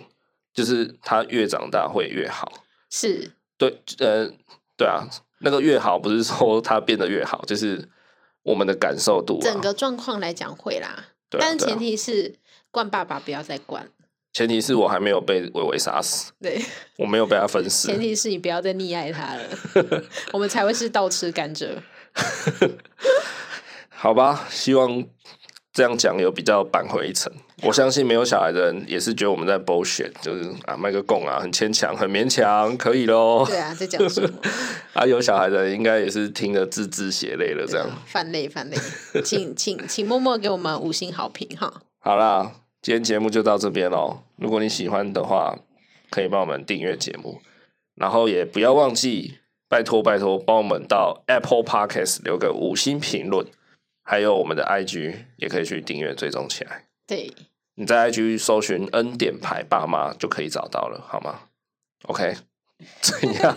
Speaker 1: 就是他越长大会越好。
Speaker 3: 是
Speaker 1: 对，呃，对啊，那个越好不是说它变得越好， 就是我们的感受度、啊。
Speaker 3: 整个状况来讲会啦，
Speaker 1: 对啊、
Speaker 3: 但是
Speaker 1: 对啊
Speaker 3: 前提是惯爸爸不要再惯，
Speaker 1: 前提是我还没有被伟伟杀死，
Speaker 2: 对，
Speaker 1: 我没有被他分尸。
Speaker 3: 前提是你不要再溺爱他了， 我们才会是倒吃甘 蔗。
Speaker 1: 好吧，希望这样讲有比较扳回一城。我相信没有小孩的人也是觉得我们在 bullshit，就是啊卖个供啊，很牵强，很勉强，可以喽。
Speaker 2: 对啊，在讲什 么？
Speaker 1: 啊，有小孩的人应该也是听得字字血泪了。这样
Speaker 3: 啊
Speaker 2: 犯 累犯累，
Speaker 3: 请请请默默给我们五星好评哈，
Speaker 1: 好啦，今天节目就到这边喽。如果你喜欢的话，可以帮我们订阅节目，然后也不要忘记，拜托拜托，帮我们到 Apple Podcast 留个五星评论，还有我们的 IG 也可以去订阅追踪起来。
Speaker 3: 对，
Speaker 1: 你在 IG 搜寻“恩典牌爸妈”就可以找到了，好吗？OK，怎样？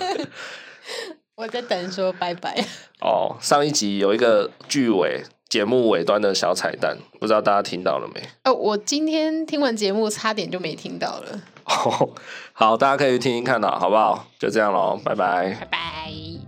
Speaker 3: 我在等说拜拜，
Speaker 1: 哦，上一集有一个句尾节目尾端的小彩蛋，不知道大家听到了没？
Speaker 3: 哦，我今天听完节目差点就没听到了，
Speaker 1: 哦，好，大家可以去听听看啦，好不好？就这样喽，拜拜。
Speaker 3: 拜拜。